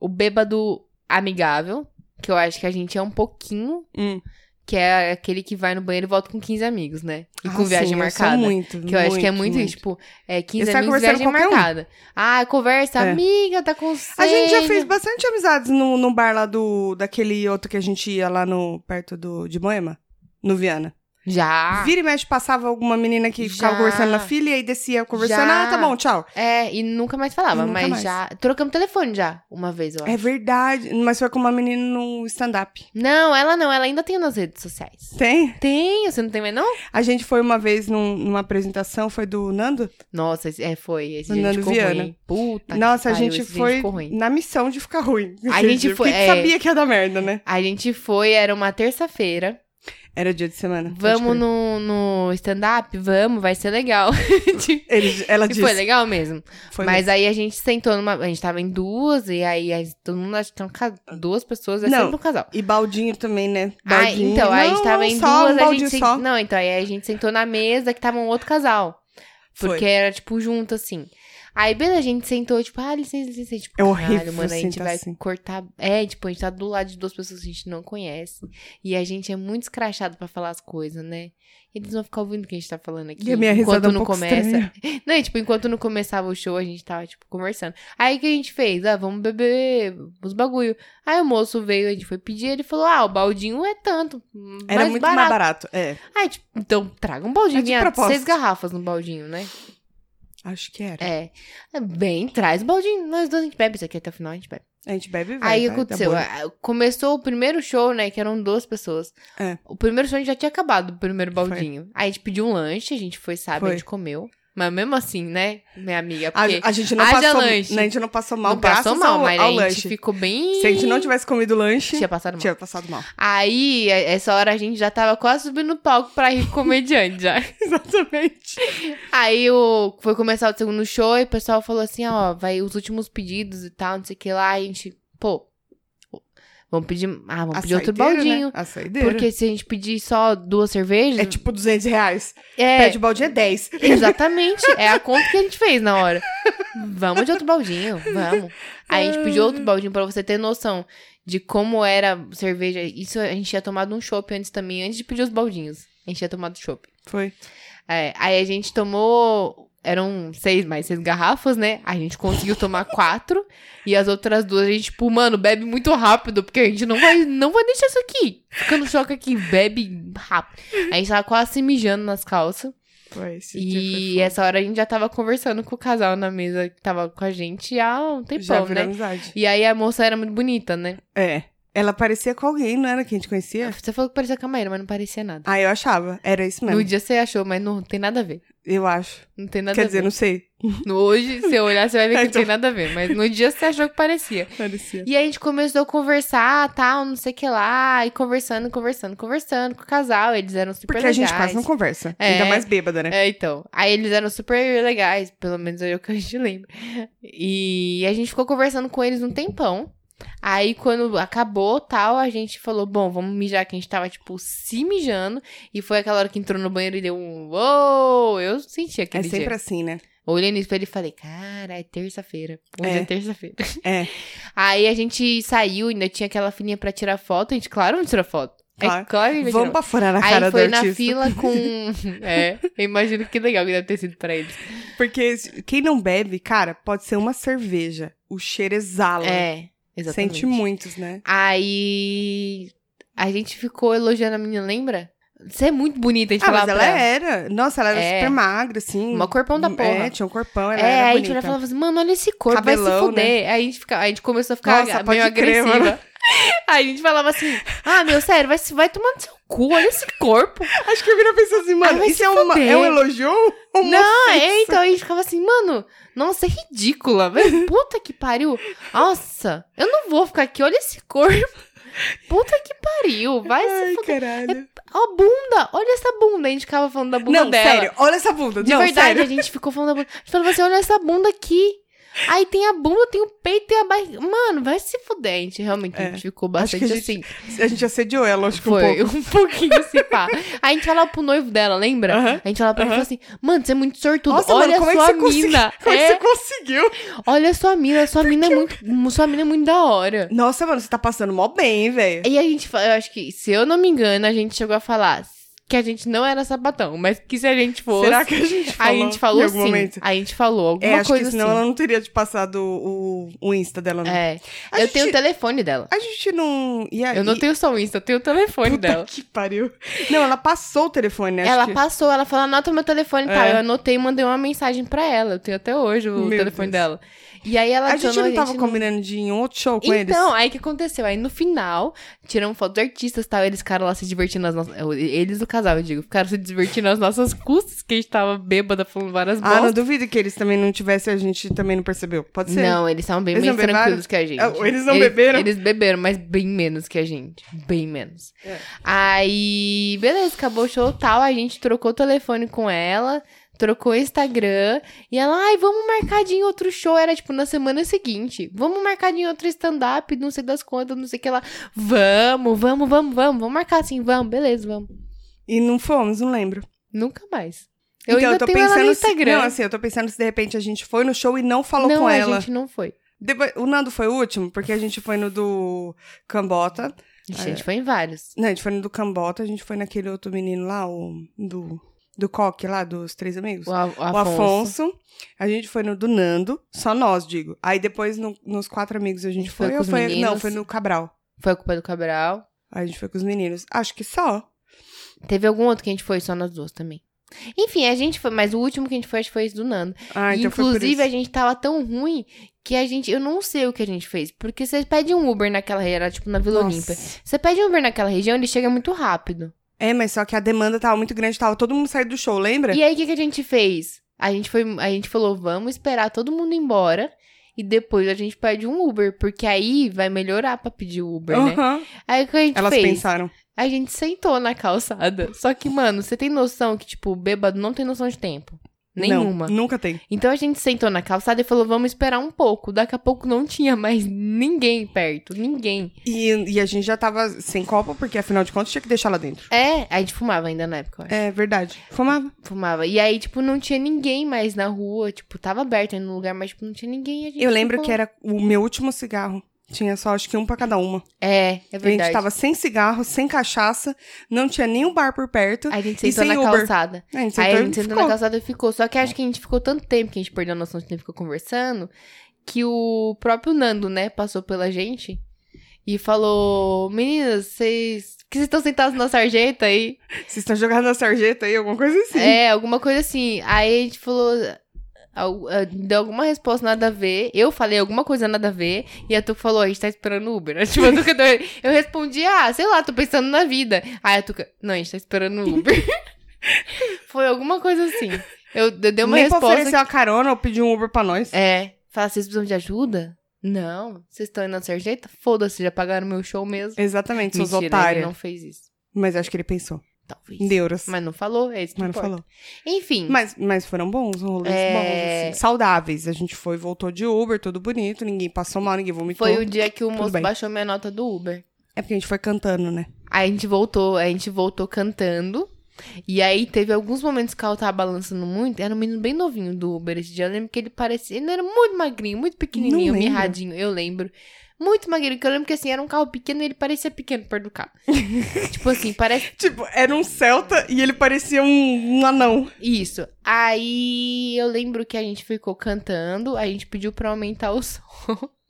B: o bêbado amigável, que eu acho que a gente é um pouquinho
A: Hum.
B: Que é aquele que vai no banheiro e volta com 15 amigos, né? E
A: Ah,
B: com viagem
A: sim, eu sou
B: marcada.
A: muito,
B: que eu acho que é muito, isso, tipo, é 15
A: sai
B: amigos
A: conversando
B: viagem
A: com qualquer um.
B: marcada. Ah, conversa,
A: É.
B: amiga, tá com sede.
A: A gente já fez bastante amizades no, no bar lá do... Daquele outro que a gente ia lá no... Perto do, de Moema. No Viana.
B: Já.
A: Vira e mexe, passava alguma menina que ficava
B: Ah. Já.
A: conversando na fila e aí descia conversando.
B: Já.
A: Ah, tá bom, tchau.
B: É, e nunca mais falava,
A: E nunca
B: mas
A: mais.
B: já. Trocamos telefone já, uma vez, eu acho.
A: É verdade. Mas foi com uma menina no stand-up.
B: Não, ela não, ela ainda tem nas redes sociais.
A: Tem?
B: Tem, você não tem mais, não?
A: A gente foi uma vez num- numa apresentação, foi do Nando?
B: Nossa, esse- é, foi. Esse
A: Do
B: dia
A: Nando
B: ficou
A: Viana.
B: ruim. hein? Puta. que
A: Nossa, a
B: pariu,
A: gente
B: esse dia
A: foi
B: ficou ruim.
A: na missão de ficar ruim.
B: A
A: Esse
B: gente
A: dia,
B: foi-
A: Porque
B: é.
A: sabia que ia dar merda, né?
B: A gente foi, era uma terça-feira.
A: Era dia de semana. pode
B: Vamos
A: crer.
B: no, no stand-up? Vamos, vai ser legal. Tipo,
A: Ele- ela
B: E
A: disse.
B: foi legal mesmo.
A: Foi
B: Mas
A: mesmo.
B: aí a gente sentou numa. A gente tava em duas, e aí, aí todo mundo acho que tem um ca- duas pessoas, é
A: Não.
B: sempre um casal.
A: E baldinho também, né?
B: Ah,
A: Baldinho.
B: então, aí a gente tava
A: não,
B: em
A: só,
B: duas,
A: um
B: a
A: baldinho
B: gente sent-
A: só.
B: Não, então aí a gente sentou na mesa que tava um outro casal.
A: Foi.
B: Porque era, tipo, junto, assim. Aí, beleza, a gente sentou, tipo, ah, licença, licença. Tipo,
A: É horrível
B: caralho, mano, a gente
A: sentar
B: vai
A: assim.
B: cortar. É, tipo, a gente tá do lado de duas pessoas que a gente não conhece. E a gente é muito escrachado pra falar as coisas, né? E eles vão ficar ouvindo o que a gente tá falando aqui.
A: E a minha risada é um
B: não
A: pouco
B: começa.
A: estranha.
B: Não, e, tipo, enquanto não começava o show, a gente tava, tipo, conversando. Aí o que a gente fez? Ah, vamos beber os bagulho. Aí o moço veio, a gente foi pedir, ele falou: ah, o baldinho é tanto.
A: Era
B: mais
A: muito
B: barato.
A: mais barato. É,
B: Aí, tipo, então traga um baldinho.
A: É de
B: vinha
A: propósito.
B: seis garrafas no baldinho, né?
A: acho que era.
B: É. Bem, traz o baldinho. Nós dois a gente bebe isso aqui até o final, a gente bebe.
A: A gente bebe e vai, tá
B: Aí o
A: vai,
B: que
A: dá
B: aconteceu?
A: boa.
B: Ah, Começou o primeiro show, né? Que eram duas pessoas.
A: É.
B: O primeiro show a gente já tinha acabado, o primeiro
A: Foi.
B: baldinho. Aí a gente pediu um lanche, a gente foi, sabe,
A: Foi. Ah,
B: a gente comeu. Mas mesmo assim, né, minha amiga?
A: A,
B: Porque
A: a gente não
B: haja
A: passou,
B: lanche.
A: né, a gente não passou mal
B: não passou
A: graças
B: mal,
A: ao,
B: mas
A: ao
B: a gente
A: lanche.
B: ficou bem.
A: Se a gente não tivesse comido o lanche,
B: tinha passado mal.
A: tinha passado mal.
B: Aí, a- essa hora a gente já tava quase subindo no palco pra ir comediante já.
A: Exatamente.
B: Aí o, foi começar o segundo show e o pessoal falou assim, ó, vai os últimos pedidos e tal, não sei o que lá. E a gente, pô, vamos pedir, ah, vamos pedir outro baldinho.
A: Né? A saideira.
B: Porque se a gente pedir só duas cervejas...
A: É tipo 200 reais.
B: é,
A: Pede o baldinho é 10.
B: exatamente, é a conta que a gente fez na hora. Vamos de outro baldinho, vamos. Aí a gente pediu outro baldinho pra você ter noção de como era cerveja. Isso a gente tinha tomado um chopp antes também, antes de pedir os baldinhos. A gente tinha tomado chopp.
A: Foi.
B: É, aí a gente tomou. Eram seis, mais seis garrafas, né? A gente conseguiu tomar quatro. e as outras duas, a gente, tipo, mano, bebe muito rápido, porque a gente não vai, não vai deixar isso aqui. Fica no choque aqui, bebe rápido. A gente tava quase se mijando nas calças.
A: Foi esse
B: e
A: dia foi
B: essa hora a gente já tava conversando com o casal na mesa que tava com a gente há um
A: foda. Já
B: tempão,
A: virou
B: né?
A: amizade.
B: E aí a moça era muito bonita, né?
A: É. Ela parecia com alguém, não era que a gente conhecia?
B: Você falou que parecia camareira, mas não parecia nada.
A: Ah, eu achava. Era isso mesmo.
B: No dia você achou, mas não tem nada a ver.
A: Eu acho.
B: Não tem nada
A: Quer
B: a ver.
A: dizer, não sei.
B: No- Hoje, se eu olhar, você vai ver que não
A: Então.
B: tem nada a ver. Mas no dia você achou que parecia.
A: Parecia.
B: E aí a gente começou a conversar, tal, não sei o que lá. E conversando, conversando, conversando com o casal. Eles eram super
A: Porque a
B: legais.
A: gente quase não conversa.
B: É.
A: Ainda mais bêbada, né?
B: É, então. Aí eles eram super legais, pelo menos é o que a gente lembra. E a gente ficou conversando com eles um tempão. Aí quando acabou tal, a gente falou, bom, vamos mijar, que a gente tava, tipo, se mijando. E foi aquela hora que entrou no banheiro e deu um uou! Eu senti
A: É
B: aquele dia.
A: sempre assim, né?
B: Olhei no espelho e falei, cara, é terça-feira. Hoje é,
A: É.
B: terça-feira.
A: É.
B: Aí a gente saiu, ainda tinha aquela filinha pra tirar foto. A gente, claro, não tirou foto. É
A: Claro.
B: claro que a gente
A: Vamos
B: tirou.
A: pra furar na cara
B: Aí foi
A: do
B: na
A: artista.
B: fila com. É, eu imagino que legal que deve ter sido pra eles.
A: Porque se- quem não bebe, cara, pode ser uma cerveja. O cheiro exala.
B: É, exatamente.
A: Sente muitos, né?
B: Aí a gente ficou elogiando a menina, lembra? Você é muito bonita, a gente
A: Ah, mas
B: falava
A: ela
B: pra
A: era. Nossa, ela era
B: É.
A: super magra, assim.
B: Uma corpão da porra.
A: É, tinha um corpão, ela
B: é,
A: era
B: aí a gente
A: bonita.
B: olhava e falava assim, mano, olha esse corpo, vai se
A: Cabelão, né?
B: fuder. Aí, a gente fica- aí a gente começou a ficar
A: Nossa,
B: meio
A: pode crer,
B: agressiva.
A: mano.
B: Aí a gente falava assim, ah, meu, sério, vai, se- vai tomar no seu cu, olha esse corpo.
A: Acho que eu virei pensando assim, mano,
B: vai se
A: isso é, uma,
B: fuder.
A: é um elogio ou uma
B: Não,
A: ofensa?
B: é, então a gente ficava assim, mano, nossa, é ridícula, velho. Puta que pariu. Nossa, eu não vou ficar aqui, olha esse corpo. Puta que pariu, vai se
A: Ai,
B: fuder. É
A: caralho.
B: Ó, bunda, olha essa bunda. A gente ficava falando da bunda
A: Não,
B: dela.
A: sério, olha essa bunda.
B: De
A: não,
B: verdade,
A: sério.
B: a gente ficou falando da bunda. A gente falava assim, olha essa bunda aqui. Aí tem a bunda, tem o peito, tem a barriga. Mano, vai se fuder, a gente realmente a
A: É.
B: gente ficou
A: Acho
B: bastante
A: que a
B: assim.
A: gente- A gente assediou ela, acho que um pouco.
B: Foi um pouquinho assim, pá. Aí a gente falava pro noivo dela, lembra?
A: Aham,
B: A gente falava pra ele e falava assim, mano, você é muito sortudo.
A: Nossa,
B: olha
A: mano, como é
B: a
A: que
B: sua
A: você conseguiu?
B: mina.
A: Como
B: É,
A: você conseguiu?
B: olha a sua mina, a sua mina é muito. Sua mina é muito da hora.
A: Nossa, mano, você tá passando mó bem, hein, velho.
B: E a gente, fa- eu acho que, se eu não me engano, a gente chegou a falar que a gente não era sapatão, mas que se a gente fosse.
A: Será que a gente falou
B: A gente falou
A: em algum
B: sim.
A: momento?
B: A gente falou alguma
A: É, acho
B: coisa
A: que senão
B: assim.
A: ela não teria te passado o, o Insta dela, não.
B: É.
A: A
B: eu
A: gente-
B: tenho o telefone dela.
A: A gente não... E aí,
B: Eu não tenho só o Insta, eu tenho o telefone
A: Puta
B: dela.
A: que pariu. Não, ela passou o telefone, né? Acho
B: Ela
A: que-
B: passou, ela falou, anota meu telefone e tal.
A: É.
B: Eu anotei e mandei uma mensagem pra ela. Eu tenho até hoje o
A: Meu Deus.
B: telefone dela. E aí ela
A: A gente
B: adicionou
A: não tava
B: no-
A: combinando de ir em outro show com eles?
B: Então, aí o que aconteceu? Aí no final, tiramos foto dos artistas e tal. Eles ficaram lá se divertindo nas nossas. Eles, o casal, eu digo, ficaram se divertindo às nossas custas, que a gente tava bêbada falando várias
A: Ah, não
B: bostas.
A: duvido que eles também não tivessem, a gente também não percebeu. Pode ser.
B: não, eles estavam bem
A: Eles
B: menos
A: não beberam?
B: tranquilos que a gente.
A: Ah, eles não beberam?
B: Eles beberam, mas bem menos que a gente. Bem menos.
A: É.
B: Aí, beleza, acabou o show e tal. A gente trocou o telefone com ela, trocou o Instagram. E ela, ai, vamos marcar de ir em outro show. Era tipo na semana seguinte. Vamos marcar de ir em outro stand-up, não sei das quantas, não sei o que lá. Vamos, vamos, vamos, vamos. Vamos marcar assim, vamos, beleza, vamos.
A: E não fomos, não lembro.
B: Nunca mais.
A: Então,
B: Eu ainda tenho ela no
A: se-
B: Instagram.
A: Não, assim, eu tô pensando se de repente a gente foi no show e não falou
B: não,
A: com
B: a
A: ela.
B: gente não foi.
A: Depois- o Nando foi o último, porque a gente foi no do Cambota.
B: A
A: Ah,
B: gente foi em vários.
A: Não, a gente foi no do Cambota, a gente foi naquele outro menino lá, o do, do Coque lá, dos Três Amigos.
B: O, A- o
A: o
B: Afonso.
A: Afonso. A gente foi no do Nando, só nós, digo. Aí depois no- nos quatro amigos a gente
B: Foi
A: foi.
B: com
A: ou
B: os
A: foi-
B: meninos.
A: não, foi no Cabral.
B: Foi a culpa do Cabral.
A: Aí a gente foi com os meninos. Acho que só.
B: Teve algum outro que a gente foi só nós duas também. Enfim, a gente foi, mas o último que a gente foi acho que foi esse do Nando.
A: Ah,
B: E,
A: então foi por
B: Inclusive,
A: isso.
B: a gente tava tão ruim que a gente. Eu não sei o que a gente fez. Porque você pede um Uber naquela região, era tipo na Vila
A: Nossa.
B: Olímpia. Você pede um Uber naquela região, ele chega muito rápido.
A: É, mas só que a demanda tava muito grande, tava todo mundo saindo do show, lembra?
B: E aí, o que, que a gente fez? A gente, foi, a gente falou, vamos esperar todo mundo ir embora. E depois a gente pede um Uber, porque aí vai melhorar pra pedir o Uber, né?
A: Aham.
B: Aí o que a gente
A: Elas
B: fez?
A: pensaram.
B: A gente sentou na calçada. Só que, mano, você tem noção que, tipo, o bêbado não tem noção de tempo. Nenhuma.
A: Não, nunca tem.
B: Então a gente sentou na calçada e falou, vamos esperar um pouco. Daqui a pouco não tinha mais ninguém perto. Ninguém.
A: E, e a gente já tava sem copo, porque afinal de contas tinha que deixar lá dentro.
B: É, a gente fumava ainda na época, eu acho.
A: É verdade. Fumava.
B: Fumava. E aí, tipo, não tinha ninguém mais na rua. Tipo, tava aberto ainda no lugar, mas, tipo, não tinha ninguém. A gente
A: Eu lembro
B: ficou-
A: que era o meu último cigarro. Tinha só, acho que um pra cada uma.
B: É, é
A: A gente
B: verdade.
A: tava sem cigarro, sem cachaça, não tinha nenhum bar por perto.
B: A gente
A: e
B: sentou na
A: sem Uber.
B: calçada.
A: A gente
B: Ah,
A: sentou
B: Aí a
A: e
B: gente sentou
A: tá- ficou.
B: na calçada e ficou. Só que acho que a gente ficou tanto tempo que a gente perdeu a noção de tempo e ficou conversando que o próprio Nando, né, passou pela gente e falou: Meninas, vocês. Por que vocês estão sentados na sarjeta aí?
A: Vocês estão jogando a sarjeta aí, alguma coisa assim.
B: É, alguma coisa assim. Aí a gente falou. al- ah, Deu alguma resposta nada a ver. Eu falei alguma coisa nada a ver. E a Tuca falou: a gente tá esperando o Uber. né? Tipo, a Tuca deu- eu respondi: ah, sei lá, tô pensando na vida. Aí a Tuca: não, a gente tá esperando o Uber. Foi alguma coisa assim. Eu, eu dei uma
A: Nem pra
B: resposta.
A: oferecer uma carona ou pedir um Uber pra nós.
B: É. Fala, vocês precisam de ajuda? Não. Vocês estão indo na sarjeta? Foda-se, já pagaram meu show mesmo.
A: Exatamente, seus
B: Mentira, ele
A: otários.
B: não fez isso.
A: Mas acho que ele pensou.
B: Talvez.
A: Em euros. Mas,
B: Mas não falou, é isso que
A: não
B: importa.
A: falou.
B: Enfim.
A: Mas, mas foram bons, rolês
B: É.
A: bons, assim, saudáveis. A gente foi, voltou de Uber, tudo bonito, ninguém passou mal, ninguém vomitou.
B: Foi o dia que o moço
A: bem.
B: baixou minha nota do Uber.
A: É porque a gente foi cantando, né?
B: Aí a gente voltou, a gente voltou cantando. E aí teve alguns momentos que ela tava balançando muito. Era um menino bem novinho do Uber esse dia. Eu lembro que ele parecia. Ele era muito magrinho, muito pequenininho,
A: Não lembro.
B: mirradinho, eu lembro. Muito magrinho, que eu lembro que assim, era um carro pequeno e ele parecia pequeno perto do carro. tipo assim, parece.
A: Tipo, era um Celta e ele parecia um, um anão.
B: Isso. Aí eu lembro que a gente ficou cantando, a gente pediu pra aumentar o som.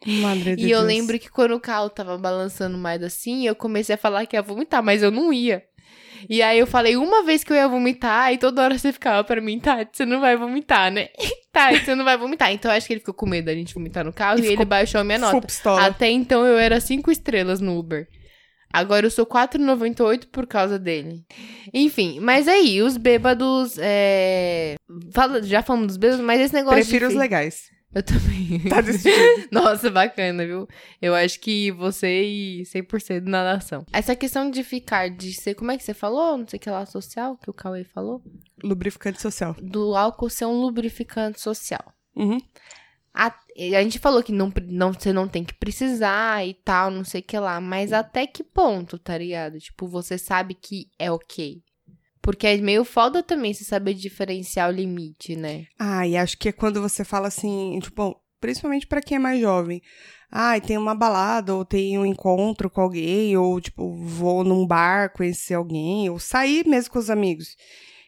A: Madre de
B: E eu
A: Deus.
B: lembro que quando o carro tava balançando mais assim, eu comecei a falar que ia vomitar, mas eu não ia. E aí eu falei uma vez que eu ia vomitar, e toda hora você ficava pra mim, Tati, você não vai vomitar, né? Tati, você não vai vomitar. Então eu acho que ele ficou com medo da gente vomitar no carro
A: E
B: e, ele
A: ficou
B: baixou a minha
A: Full
B: nota.
A: pistola.
B: Até então eu era cinco estrelas no Uber. Agora eu sou 4,98 por causa dele. Enfim, mas é aí, os bêbados. É... fala- já falamos dos bêbados, mas esse negócio.
A: Prefiro
B: de...
A: os legais.
B: Eu também.
A: Tá decidido.
B: Nossa, bacana, viu? Eu acho que você e 100% na nação. Essa questão de ficar, de ser, como é que você falou? Não sei o que lá, social, que o Cauê falou.
A: Lubrificante social.
B: Do álcool ser um lubrificante social.
A: Uhum.
B: A, e a gente falou que não, pre- não, você não tem que precisar e tal, não sei o que lá. Mas até que ponto, tá ligado? Tipo, você sabe que é ok. Porque é meio foda também você saber diferenciar o limite, né?
A: Ah, e acho que é quando você fala assim, tipo, principalmente pra quem é mais jovem. Ah, tem uma balada, ou tem um encontro com alguém, ou, tipo, vou num bar conhecer alguém, ou sair mesmo com os amigos.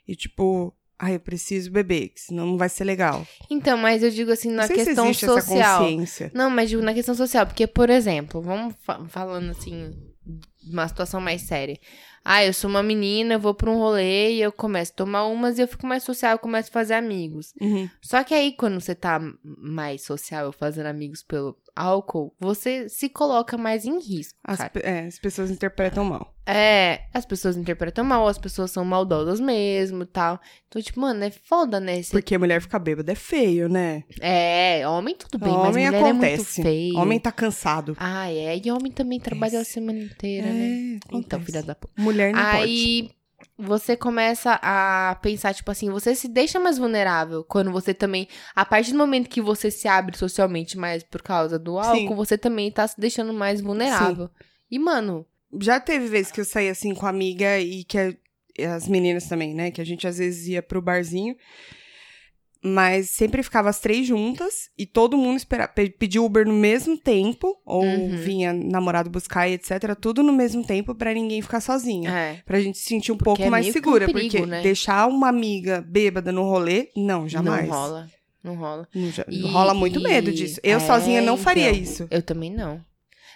A: E, tipo, ah, eu preciso beber, que senão não vai ser legal.
B: Então, mas eu digo assim, na
A: não sei
B: questão
A: se existe essa
B: social.
A: consciência.
B: Não, mas digo na questão social, porque, por exemplo, vamos fa- falando assim, de uma situação mais séria. Ah, eu sou uma menina, eu vou pra um rolê e eu começo a tomar umas e eu fico mais social, eu começo a fazer amigos.
A: Uhum.
B: Só que aí, quando você tá mais social, fazendo amigos pelo álcool, você se coloca mais em risco.
A: As,
B: cara.
A: pe- é, as pessoas interpretam mal.
B: É, as pessoas interpretam mal, as pessoas são maldosas mesmo e tal. Então, tipo, mano, é foda, né? Você-
A: Porque mulher ficar bêbada é feio, né?
B: É, homem tudo bem, mas
A: homem
B: mulher
A: acontece.
B: é muito feio.
A: Homem tá cansado.
B: Ah, é. E homem também trabalha a semana inteira, né?
A: É,
B: Então,
A: acontece.
B: filha da puta.
A: Mulher não pode.
B: Aí você começa a pensar, tipo assim, você se deixa mais vulnerável quando você também. A partir do momento que você se abre socialmente mais por causa do álcool,
A: Sim.
B: você também tá se deixando mais vulnerável. E, mano,
A: Já teve vezes que eu saí assim com a amiga e que as meninas também, né? Que a gente às vezes ia pro barzinho. Mas sempre ficava as três juntas e todo mundo esperava, pedia Uber no mesmo tempo, ou
B: Uhum.
A: vinha namorado buscar e etc. Tudo no mesmo tempo pra ninguém ficar sozinha.
B: É.
A: Pra gente se sentir um pouco
B: é
A: mais
B: meio que um
A: segura.
B: perigo,
A: porque
B: né?
A: deixar uma amiga bêbada no rolê, não, jamais.
B: Não rola. Não rola.
A: Não, já-
B: E-
A: Rola muito medo disso. Eu
B: é,
A: sozinha não faria
B: então.
A: isso.
B: Eu também não.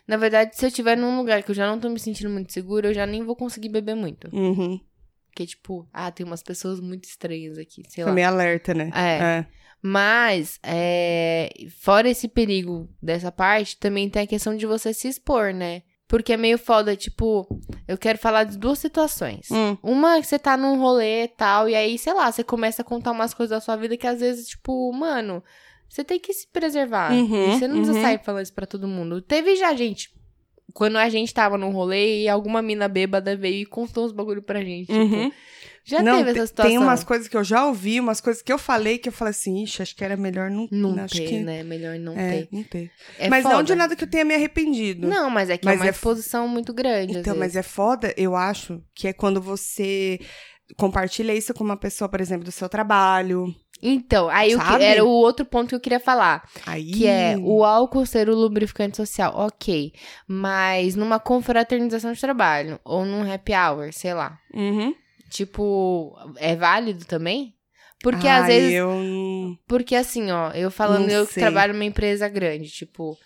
B: Na verdade, se eu estiver num lugar que eu já não tô me sentindo muito segura, eu já nem vou conseguir beber muito.
A: Uhum.
B: Porque, tipo, ah, tem umas pessoas muito estranhas aqui, sei
A: Foi
B: lá.
A: meio alerta, né?
B: É. Mas, é, fora esse perigo dessa parte, também tem a questão de você se expor, né? Porque é meio foda, tipo, eu quero falar de duas situações.
A: Hum.
B: Uma que você tá num rolê e tal, e aí, sei lá, você começa a contar umas coisas da sua vida que às vezes, tipo, mano, você tem que se preservar.
A: Uhum,
B: você não precisa
A: uhum.
B: sair falando isso pra todo mundo. Teve já gente, quando a gente tava num rolê e alguma mina bêbada veio e contou uns bagulho pra gente.
A: Uhum.
B: Tipo, já
A: Não,
B: teve
A: te-
B: essa situação.
A: Tem umas coisas que eu já ouvi, umas coisas que eu falei que eu falei assim, ixi, acho que era melhor não,
B: Não
A: acho
B: ter,
A: que
B: né? Melhor não
A: é,
B: ter.
A: não ter.
B: É
A: mas não de
B: foda.
A: nada que eu tenha me arrependido.
B: Não, mas é que
A: Mas
B: é uma
A: é f-
B: exposição muito grande.
A: então, mas é foda, eu acho, que é quando você compartilha isso com uma pessoa, por exemplo, do seu trabalho.
B: Então, aí o que
A: Sabe?
B: era o outro ponto que eu queria falar,
A: Aí
B: que é o álcool ser o lubrificante social, ok. Mas numa confraternização de trabalho ou num happy hour, sei lá.
A: Uhum.
B: Tipo, é válido também? Porque às
A: Ai,
B: vezes
A: eu não-
B: Porque assim, ó, eu falando,
A: Não
B: eu que
A: sei.
B: trabalho numa empresa grande, tipo,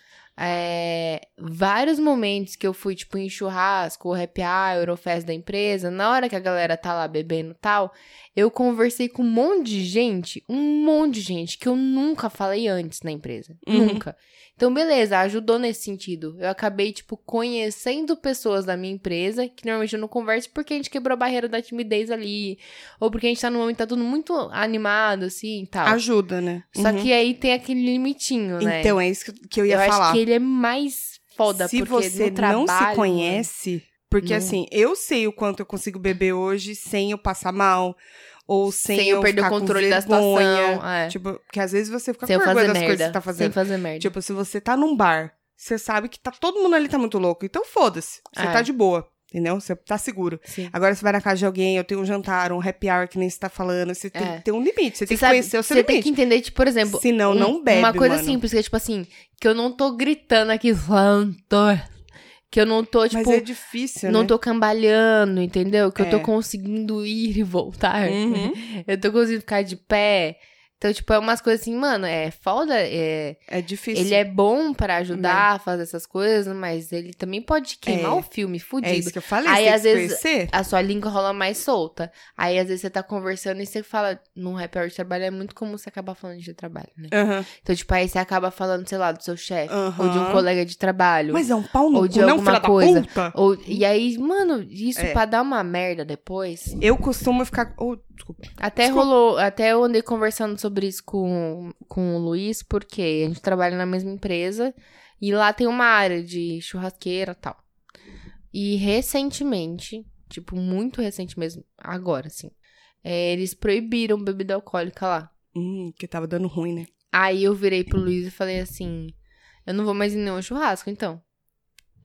B: é, vários momentos que eu fui, tipo, em churrasco, ou happy hour, ou festa da empresa, na hora que a galera tá lá bebendo e tal, eu conversei com um monte de gente, um monte de gente que eu nunca falei antes na empresa.
A: Uhum.
B: Nunca. Então, beleza, ajudou nesse sentido. Eu acabei, tipo, conhecendo pessoas da minha empresa, que normalmente eu não converso porque a gente quebrou a barreira da timidez ali, ou porque a gente tá num momento, tá tudo muito animado, assim, e tal.
A: ajuda, né?
B: Só
A: Uhum.
B: que aí tem aquele limitinho, né?
A: Então, é isso que- que eu
B: eu
A: ia falar.
B: acho que ele é mais foda,
A: se
B: porque
A: você
B: no trabalho, né? Uhum.
A: não se conhece, porque
B: Não.
A: assim, eu sei o quanto eu consigo beber hoje sem eu passar mal ou sem,
B: sem, eu perder o
A: ficar com
B: controle da situação.
A: vergonha.
B: é.
A: Tipo, porque às vezes você fica
B: sem eu
A: com vergonha
B: fazer
A: das coisas que
B: merda.
A: você tá
B: Sem
A: fazendo.
B: fazer merda.
A: Tipo, se você tá num bar, você sabe que tá todo mundo ali tá muito louco, então foda-se, você
B: É.
A: tá de boa, entendeu? Você tá seguro.
B: Sim.
A: Agora você vai na casa de alguém, eu tenho um jantar, um happy hour que nem você tá falando, você tem
B: É.
A: que ter um limite, você, tem que
B: sabe-
A: conhecer o seu
B: Você tem que
A: limite.
B: entender, tipo, por exemplo...
A: Senão,
B: um-
A: não bebe,
B: Uma coisa
A: mano.
B: simples, que é tipo assim, que eu não tô gritando aqui, "Santor", que eu não tô, tipo...
A: Mas é difícil,
B: não
A: né?
B: tô cambalhando, entendeu? Que eu tô
A: É.
B: conseguindo ir e voltar.
A: Uhum.
B: Eu tô conseguindo ficar de pé. Então, tipo, é umas coisas assim, mano, é foda, é...
A: É difícil.
B: Ele é bom pra ajudar a fazer essas coisas, mas ele também pode queimar
A: Né? É.
B: o filme,
A: é
B: fudido.
A: isso que eu falei, você
B: Aí,
A: tem
B: às
A: que se
B: vezes,
A: conhecer.
B: a sua língua rola mais solta. Aí, às vezes, você tá conversando e você fala. Num rap hour de trabalho é muito comum você acabar falando de trabalho, né?
A: Aham.
B: Então, tipo, aí você acaba falando, sei lá, do seu chefe, ou de um
A: Aham.
B: colega de trabalho.
A: Mas é um pau no
B: Ou
A: cu,
B: de
A: não,
B: alguma
A: filha da
B: coisa.
A: puta.
B: Ou, e aí, mano, isso
A: É.
B: pra dar uma merda depois.
A: Eu costumo ficar. Oh, desculpa.
B: Até
A: Desculpa.
B: rolou, até eu andei conversando sobre isso com, com o Luiz, porque a gente trabalha na mesma empresa e lá tem uma área de churrasqueira e tal. E recentemente, tipo, muito recente mesmo, agora assim, é, eles proibiram bebida alcoólica lá.
A: Hum, que tava dando ruim, né?
B: Aí eu virei pro Luiz e falei assim: eu não vou mais em nenhum churrasco, então.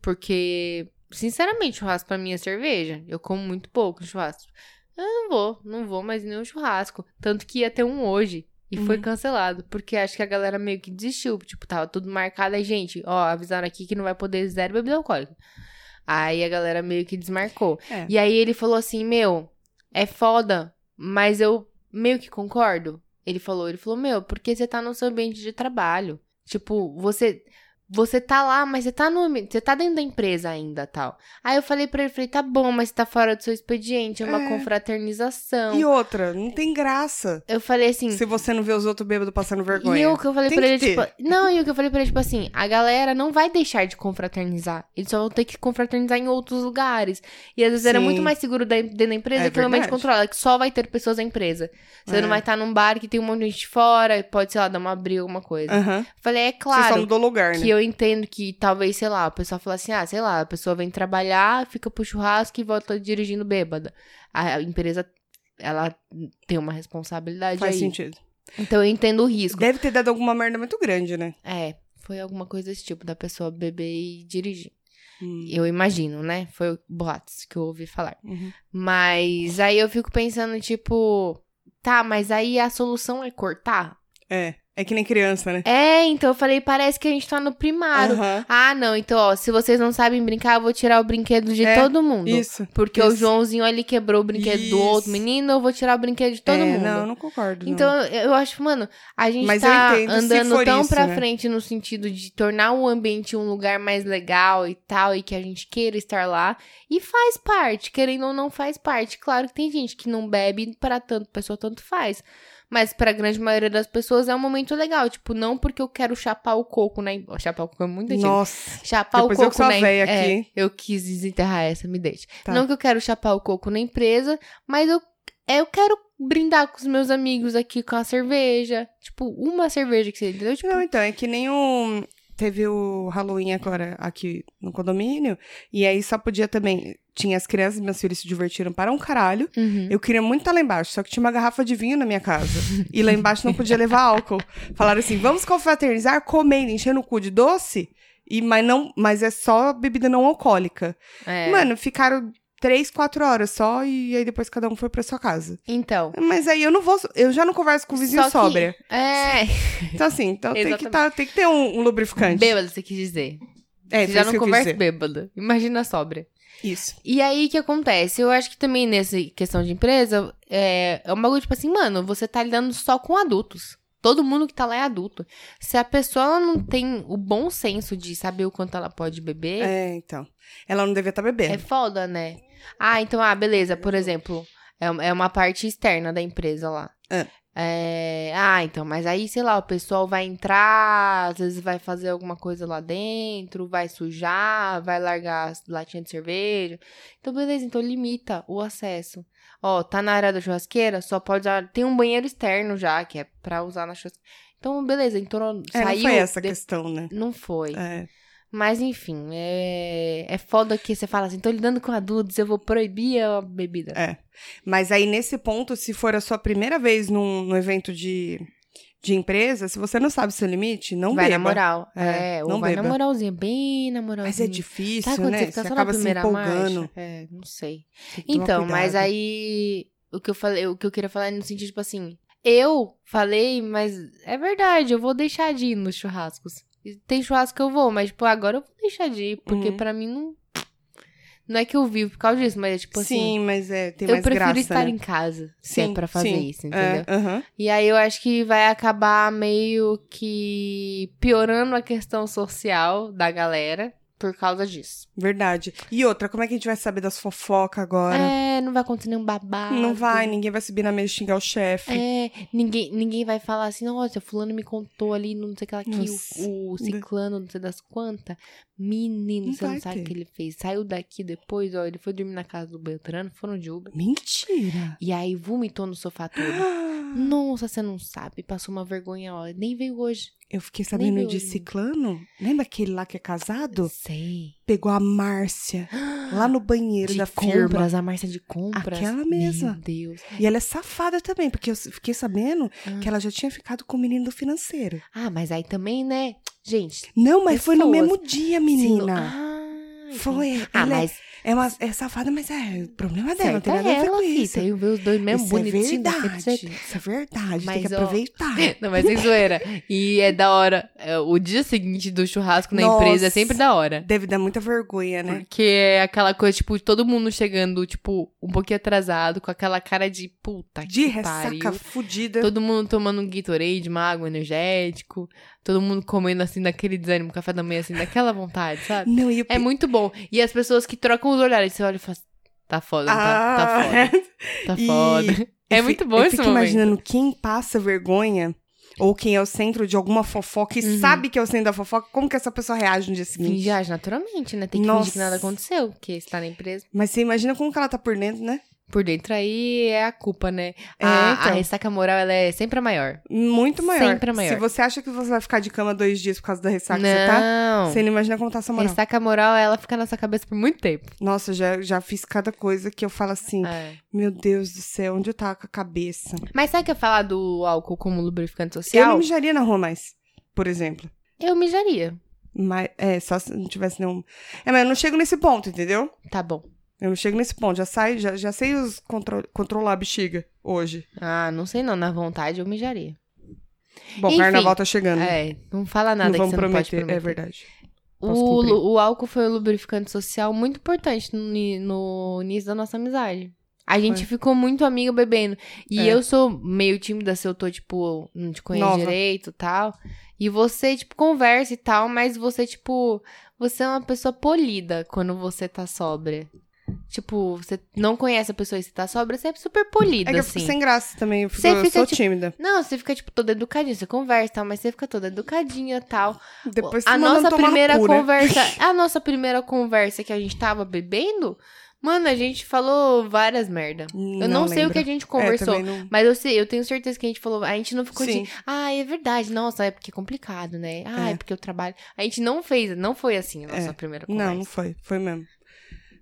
B: Porque, sinceramente, churrasco pra mim é cerveja. Eu como muito pouco churrasco. Eu não vou, não vou mais em nenhum churrasco. Tanto que ia ter um hoje. E foi
A: Uhum.
B: cancelado, porque acho que a galera meio que desistiu. Tipo, tava tudo marcado. Aí, gente, ó, avisaram aqui que não vai poder zero bebida alcoólica. Aí a galera meio que desmarcou.
A: É.
B: E aí ele falou assim, meu, é foda, mas eu meio que concordo. Ele falou, ele falou, meu, porque você tá no seu ambiente de trabalho. Tipo, você você tá lá, mas você tá no ambi- você tá dentro da empresa ainda, tal. Aí eu falei pra ele, falei, tá bom, mas você tá fora do seu expediente, é uma
A: É.
B: confraternização.
A: E outra, não tem graça.
B: Eu falei assim,
A: Se você não vê os outros bêbados passando vergonha.
B: e o que eu falei
A: Tem
B: pra
A: que
B: ele, tipo. Não, e o que eu falei pra ele, tipo assim, a galera não vai deixar de confraternizar. Eles só vão ter que confraternizar em outros lugares. E às vezes era
A: Sim.
B: muito mais seguro da- dentro da empresa
A: É
B: que realmente
A: verdade.
B: controla, que só vai ter pessoas da empresa. Você
A: É.
B: não vai estar num bar que tem um monte de gente fora, pode, sei lá, dar uma briga, alguma coisa.
A: Aham.
B: Falei, é
A: Você só
B: claro.
A: mudou lugar, né?
B: Que eu entendo que talvez, sei lá, o pessoal fala assim: ah, sei lá, a pessoa vem trabalhar, fica pro churrasco e volta dirigindo bêbada. A empresa, ela tem uma responsabilidade
A: Faz
B: aí.
A: sentido.
B: Então eu entendo o risco.
A: Deve ter dado alguma merda muito grande, né?
B: É, foi alguma coisa desse tipo, da pessoa beber e dirigir.
A: Hum.
B: Eu imagino, né? Foi o boatos que eu ouvi falar.
A: Uhum.
B: Mas aí eu fico pensando, tipo, tá, mas aí a solução é cortar?
A: É. É que nem criança, né?
B: É, então eu falei, parece que a gente tá no primário.
A: Aham.
B: Ah, não, então, ó, se vocês não sabem brincar, eu vou tirar o brinquedo de
A: É,
B: todo mundo.
A: Isso.
B: Porque o
A: isso.
B: Joãozinho ali quebrou o brinquedo do
A: Isso.
B: outro menino, eu vou tirar o brinquedo de todo
A: É,
B: mundo.
A: Não, eu não concordo. não.
B: Então, eu acho, mano, a gente
A: Mas eu
B: tá
A: entendo se
B: andando
A: for
B: tão
A: isso,
B: pra
A: né?
B: frente no sentido de tornar o ambiente um lugar mais legal e tal, e que a gente queira estar lá. E faz parte, querendo ou não faz parte. Claro que tem gente que não bebe, pra tanto pessoa tanto faz. Mas pra grande maioria das pessoas é um momento legal. Tipo, não porque eu quero chapar o coco na... Ó, Chapar o coco é muito antigo.
A: Nossa.
B: Chapar
A: Depois
B: o
A: eu
B: coco
A: que sou a
B: na em-
A: véia
B: é,
A: aqui, hein?
B: eu quis desenterrar essa, me deixe.
A: Tá.
B: Não que eu quero chapar o coco na empresa, mas eu, é, eu quero brindar com os meus amigos aqui com a cerveja. Tipo, uma cerveja que você entendeu? Tipo,
A: Não, então, é que nem o. Teve o Halloween agora aqui no condomínio. E aí só podia também. Tinha as crianças, meus filhos se divertiram para um caralho.
B: uhum.
A: Eu queria muito estar lá embaixo, só que tinha uma garrafa de vinho na minha casa. e lá embaixo não podia levar álcool. Falaram assim: vamos confraternizar comendo, enchendo o cu de doce. E, mas, não, mas é só bebida não alcoólica.
B: É.
A: Mano, ficaram três, quatro horas só e aí depois cada um foi pra sua casa.
B: então.
A: Mas aí eu não vou. Eu já não converso com o vizinho
B: Só que-
A: sóbria.
B: É.
A: Então, assim, então tem, que
B: Exatamente.
A: tá- tem que ter um, um lubrificante.
B: Bêbada, você quis dizer.
A: É,
B: você
A: foi
B: já
A: isso
B: não
A: que eu quis
B: conversa
A: dizer.
B: bêbada. Imagina a sobra.
A: Isso.
B: E aí, o que acontece? Eu acho que também nessa questão de empresa, é, é um bagulho tipo assim, mano, você tá lidando só com adultos. Todo mundo que tá lá é adulto. Se a pessoa ela não tem o bom senso de saber o quanto ela pode beber,
A: É, então. Ela não devia estar
B: é,
A: bebendo.
B: foda, né? Ah, então, ah, beleza, por exemplo, é, um- é uma parte externa da empresa lá.
A: É.
B: É, ah, então, mas aí, sei lá, o pessoal vai entrar, às vezes vai fazer alguma coisa lá dentro, vai sujar, vai largar as latinhas de cerveja. Então, beleza, então limita o acesso. Ó, tá na área da churrasqueira, só pode usar. Tem um banheiro externo já, que é pra usar na churrasqueira. Então, beleza, entrou,
A: É,
B: saiu.
A: não foi essa a
B: de-
A: questão, né?
B: Não foi.
A: É.
B: Mas enfim, é... é foda que você fala assim, tô lidando com adultos, eu vou proibir a bebida.
A: É. Mas aí, nesse ponto, se for a sua primeira vez num, num evento de, de empresa, se você não sabe o seu limite, não
B: vai
A: beba.
B: na moral.
A: É,
B: É, ou
A: não
B: vai na
A: beba.
B: moralzinha, bem na moralzinha.
A: Mas é
B: Sabe
A: difícil,
B: quando
A: né?
B: você fica
A: Você
B: tá só na
A: acaba se
B: primeira
A: empolgando.
B: marcha? É, não sei.
A: Tem que tomar
B: Então, mas
A: cuidado.
B: aí o que eu falei, o que eu queria falar é no sentido tipo assim, eu falei, mas é verdade, eu vou deixar de ir nos churrascos. E Tem churrasco que eu vou, mas tipo, agora eu vou deixar de ir, porque
A: Uhum.
B: pra mim não não é que eu vivo por causa disso, mas é tipo assim,
A: Sim, mas é, tem
B: eu
A: mais
B: prefiro
A: graça,
B: estar
A: né?
B: em casa, se é
A: Sim,
B: pra fazer
A: sim.
B: isso, entendeu?
A: É, aham.
B: E aí eu acho que vai acabar meio que piorando a questão social da galera por causa disso.
A: Verdade. E outra, como é que a gente vai saber das fofocas agora?
B: É, não vai acontecer nenhum babado.
A: Não vai, né? ninguém vai subir na mesa e xingar o chefe.
B: É, ninguém, ninguém vai falar assim, nossa, fulano me contou ali, não sei o que lá, que
A: Nossa.
B: o, o ciclano, não sei das quantas. Menino,
A: Não
B: você não
A: vai
B: sabe o
A: ter.
B: que ele fez. Saiu daqui depois, ó, ele foi dormir na casa do Beltrano, foram de Uber.
A: Mentira.
B: E aí vomitou no sofá todo. Nossa, você não sabe, passou uma vergonha, ó, nem veio hoje.
A: Eu fiquei sabendo
B: meu
A: de
B: olho.
A: Ciclano. Lembra aquele lá que é casado?
B: Sei.
A: Pegou a Márcia lá no banheiro
B: de
A: da
B: compras,
A: firma.
B: a Márcia de compras.
A: Aquela mesma.
B: Meu Deus.
A: E ela é safada também, porque eu fiquei sabendo
B: Ah.
A: que ela já tinha ficado com o menino do financeiro.
B: Ah, mas aí também, né? Gente,
A: Não, mas foi no
B: Pessoas.
A: mesmo dia,
B: se não-
A: menina.
B: Ah,
A: Foi.
B: Ah,
A: Ela é-
B: mas
A: é, uma, é safada, mas é o problema dela. Não
B: certa
A: tem nada a ver
B: ela,
A: com
B: fi.
A: isso.
B: Saiu ver os dois mesmo
A: Isso é
B: bonitinhos.
A: verdade. Isso é verdade. tem
B: Mas,
A: que
B: ó,
A: aproveitar.
B: Não, mas sem zoeira. E é da hora. É, O dia seguinte do churrasco na empresa é
A: Nossa.
B: sempre da hora.
A: Deve dar muita vergonha, né?
B: Porque é aquela coisa, tipo, todo mundo chegando, tipo, um pouquinho atrasado, com aquela cara de puta
A: De
B: que pariu.
A: ressaca fudida.
B: Todo mundo tomando um Gatorade, uma água energético. Todo mundo comendo, assim, daquele desânimo, café da manhã, assim, daquela vontade, sabe?
A: Não, e o
B: É muito bom. E as pessoas que trocam os olhares, você olha e fala, tá foda, tá, tá
A: Ah,
B: foda, tá
A: E-
B: foda. É
A: Eu fi-
B: muito bom
A: eu
B: esse
A: fico
B: momento.
A: imaginando quem passa vergonha ou quem é o centro de alguma fofoca e
B: Uhum.
A: sabe que é o centro da fofoca, como que essa pessoa reage no dia seguinte?
B: Fingir age naturalmente, né? Tem que fingir que
A: Nossa.
B: nada aconteceu, porque você tá na empresa.
A: Mas você imagina como que ela tá por dentro, né?
B: Por dentro aí é a culpa, né?
A: É,
B: a, a
A: então.
B: ressaca moral, ela é sempre a maior.
A: Muito maior.
B: Sempre é maior.
A: Se você acha que você vai ficar de cama dois dias por causa da ressaca, que você tá.
B: não.
A: Você não imagina como tá essa moral.
B: ressaca moral, ela fica na sua cabeça por muito tempo.
A: Nossa, já, já fiz cada coisa que eu falo assim,
B: É.
A: meu Deus do céu, onde eu tava com a cabeça?
B: Mas sabe o que eu ia falar do álcool como lubrificante
A: Eu não
B: social?
A: mijaria na rua mais, por exemplo.
B: Eu mijaria.
A: Mas, é, só se não tivesse nenhum. É, mas eu não chego nesse ponto, entendeu?
B: Tá bom.
A: Eu não chego nesse ponto. Já, sai, já, já sei os contro controlar a bexiga hoje.
B: Ah, não sei não. Na vontade eu mijaria.
A: Bom,
B: Enfim,
A: carnaval tá chegando.
B: É, não fala
A: não
B: nada que
A: vamos
B: você não pode
A: prometer.
B: prometer.
A: É verdade. Posso
B: O,
A: cumprir.
B: lu- o álcool foi um lubrificante social muito importante no, ni- no início da nossa amizade. A gente ficou muito amiga bebendo. E
A: É.
B: eu sou meio tímida se eu tô, tipo, não te conheço
A: Nova.
B: direito e tal. E você, tipo, conversa e tal, mas você, tipo, você é uma pessoa polida quando você tá sóbria. Tipo, você não conhece a pessoa e você tá sóbria, você é super polida,
A: É que eu
B: assim.
A: fico sem graça também. Eu, fico,
B: Você
A: eu
B: fica,
A: sou
B: tipo,
A: tímida.
B: Não, você fica, tipo, toda educadinha, você conversa e tal, mas você fica toda educadinha e tal.
A: Depois
B: a
A: tu manda
B: nossa
A: tomar no
B: primeira
A: cu, né?
B: conversa, a nossa primeira conversa que a gente tava bebendo, mano, a gente falou várias merda. Eu não, sei o que a gente conversou.
A: É, também não-
B: Mas eu sei, eu tenho certeza que a gente falou, a gente não ficou
A: Sim.
B: de, ah, é verdade, nossa, é porque é complicado, né? Ah, é,
A: É.
B: porque eu trabalho. A gente não fez, não foi assim a nossa
A: É.
B: primeira conversa.
A: Não, não foi. Foi mesmo.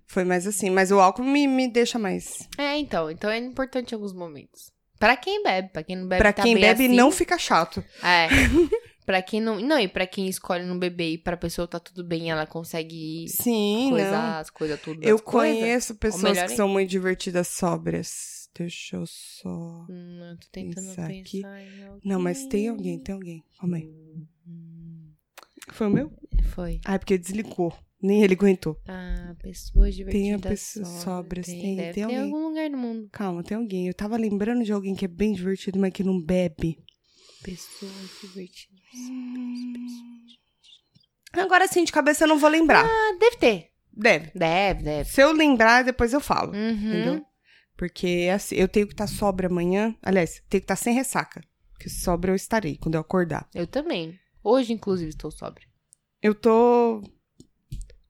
A: Foi mais assim. Mas o álcool me, me deixa mais.
B: É, então, então é importante em alguns momentos. Pra quem bebe, pra quem não bebe
A: pra
B: tá
A: quem
B: bem
A: bebe,
B: assim,
A: não fica chato.
B: É. Pra quem não, não, e pra quem escolhe não beber e pra pessoa tá tudo bem, ela consegue
A: Sim, não.
B: coisar as coisas tudo.
A: Eu
B: das coisas.
A: conheço
B: Ou
A: pessoas
B: melhor
A: que são muito divertidas sóbrias. Deixa eu só.
B: Hum, eu tô tentando
A: Pensar
B: pensar,
A: aqui.
B: em alguém.
A: Não, mas tem alguém, tem alguém. Calma aí. Foi o meu?
B: Hum, Foi.
A: Ah, é porque desligou. Nem ele aguentou.
B: Ah, pessoas divertidas.
A: pessoa-
B: sobras.
A: sobras, tem-
B: deve
A: tem
B: ter em
A: alguém.
B: algum lugar do mundo.
A: Calma, tem alguém. Eu tava lembrando de alguém que é bem divertido, mas que não bebe.
B: Pessoas divertidas.
A: Agora sim, de cabeça eu não vou lembrar.
B: Ah, deve ter.
A: Deve.
B: Deve, deve.
A: Se eu lembrar, depois eu falo.
B: Uhum.
A: Entendeu? Porque assim, eu tenho que estar sobra amanhã. Aliás, tenho que estar sem ressaca. Porque sobra eu estarei quando eu acordar.
B: Eu também. Hoje, inclusive, estou sóbria.
A: Eu tô.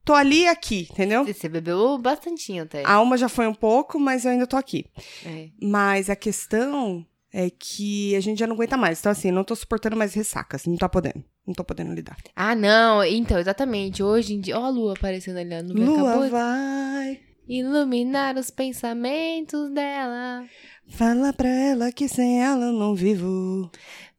A: Tô ali e aqui, entendeu?
B: Você- Você bebeu bastantinho até.
A: A alma já foi um pouco, mas eu ainda tô aqui.
B: É.
A: Mas a questão é que a gente já não aguenta mais. Então, assim, não tô suportando mais ressacas. Não tá podendo. Não tô podendo lidar.
B: Ah, não. Então, exatamente. Hoje em dia. Ó, a lua aparecendo ali. ó, no
A: Lua
B: acabou.
A: vai.
B: Iluminar os pensamentos dela.
A: Fala pra ela que sem ela eu não vivo.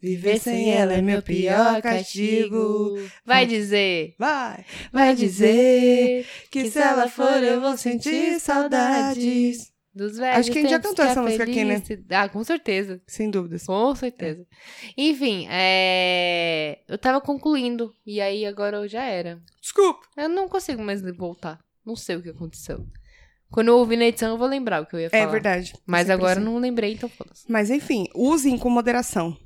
A: Viver sem ela é meu pior castigo.
B: Vai dizer,
A: Vai,
B: vai dizer
A: que se ela for eu vou sentir saudades.
B: dos velhos.
A: Acho que a gente já
B: tempos
A: cantou
B: que
A: essa música aqui, né?
B: felicidade- Ah, com certeza.
A: Sem dúvidas.
B: Com certeza. Enfim, é... eu tava concluindo. E aí agora eu já era.
A: Desculpa.
B: Eu não consigo mais voltar. Não sei o que aconteceu. Quando eu ouvir na edição, eu vou lembrar o que eu ia falar.
A: É verdade.
B: Mas
A: Sempre
B: agora eu
A: assim.
B: não lembrei, então foda-se.
A: Mas enfim, usem com moderação.